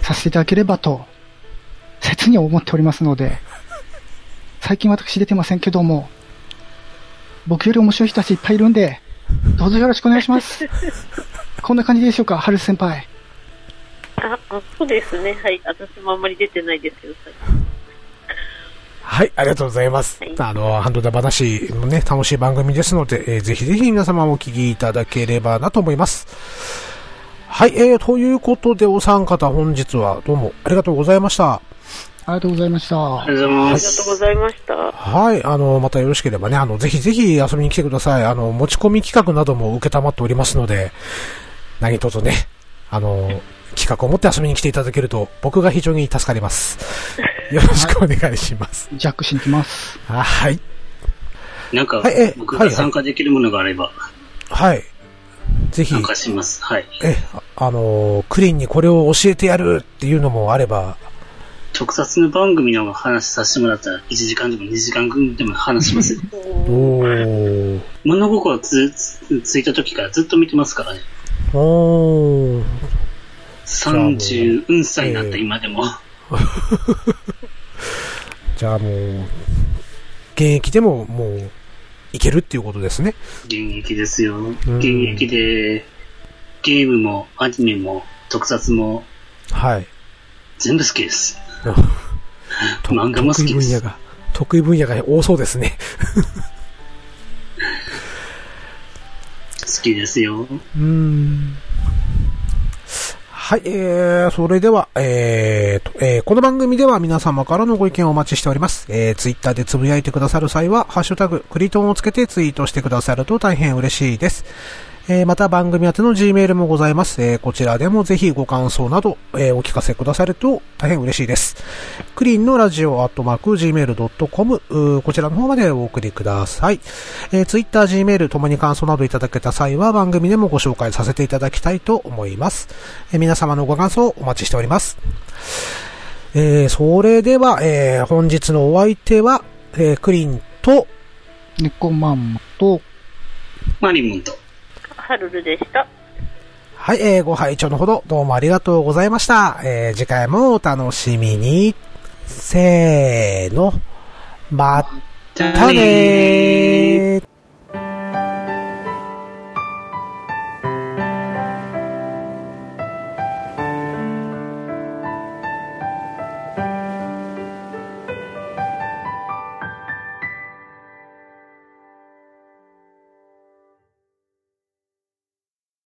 C: させていただければと、切に思っておりますので、最近私出てませんけども、僕より面白い人たちいっぱいいるんで、どうぞよろしくお願いします。こんな感じでしょうか、春先輩。
D: あ、あそうですね。はい。私もあんまり出てないですけど、はい
B: はい、ありがとうございます。
D: はい
B: あの、ハンドダ話もね、楽しい番組ですので、えーぜひぜひ皆様お聞きいただければなと思います。はい、えー、ということでお三方本日はどうもありがとうございました。
C: ありがとうございました。
A: ありがとうござい
D: あ
A: ま
D: りがとうご
A: す。
D: ざいました。
B: はい、あの、またよろしければね、あの、ぜひぜひ遊びに来てください。あの、持ち込み企画なども受けたまっておりますので、何卒ね、あの、企画を持って遊びに来ていただけると、僕が非常に助かり ます。よろしくお願いします。
C: ジャックしに来ます。
B: はい。
A: なんか
B: はいえ、
A: 僕
B: はい
A: が
B: はい
A: 参加できるものがあれば、
B: はい。ぜひ
A: 参、加します。はい。
B: え、ああの、クリンにこれを教えてやるっていうのもあれば、
A: 特撮の番組の話させてもらったら、1時間でも2時間分でも話しますよ。
B: おー。
A: 物心つつついた時からずっと見てますからね。
B: おー。
A: 30うん歳になった今でも。
B: じゃあもう、現役でももう、いけるっていうことですね。
A: 現役ですよ。現役で、ゲームもアニメも特撮も
B: はい。
A: 全部好きです。
B: と
A: 漫画も好きです
B: 得意分野が、得意分野が多そうですね。
A: 好きですよ。
B: うん。はい、えー、それでは、えーと、えーこの番組では皆様からのご意見をお待ちしております。えー、ツイッターでつぶやいてくださる際は、ハッシュタグ、クリトンをつけてツイートしてくださると大変嬉しいです。えーまた番組宛ての G メールもございます。えーこちらでもぜひご感想など、えーお聞かせくださると大変嬉しいです。クリーンのラジオアットマーク Gmail.com、うーこちらの方までお送りください。えー、Twitter、Gmail ともに感想などいただけた際は番組でもご紹介させていただきたいと思います。えー皆様のご感想お待ちしております。えーそれでは、えー本日のお相手は、えークリーンと、
C: 猫マンと、
A: マリモンと。
D: ハルルでした。
B: はい、えーご拝聴のほどどうもありがとうございました。えー次回もお楽しみに。せーの、またねー。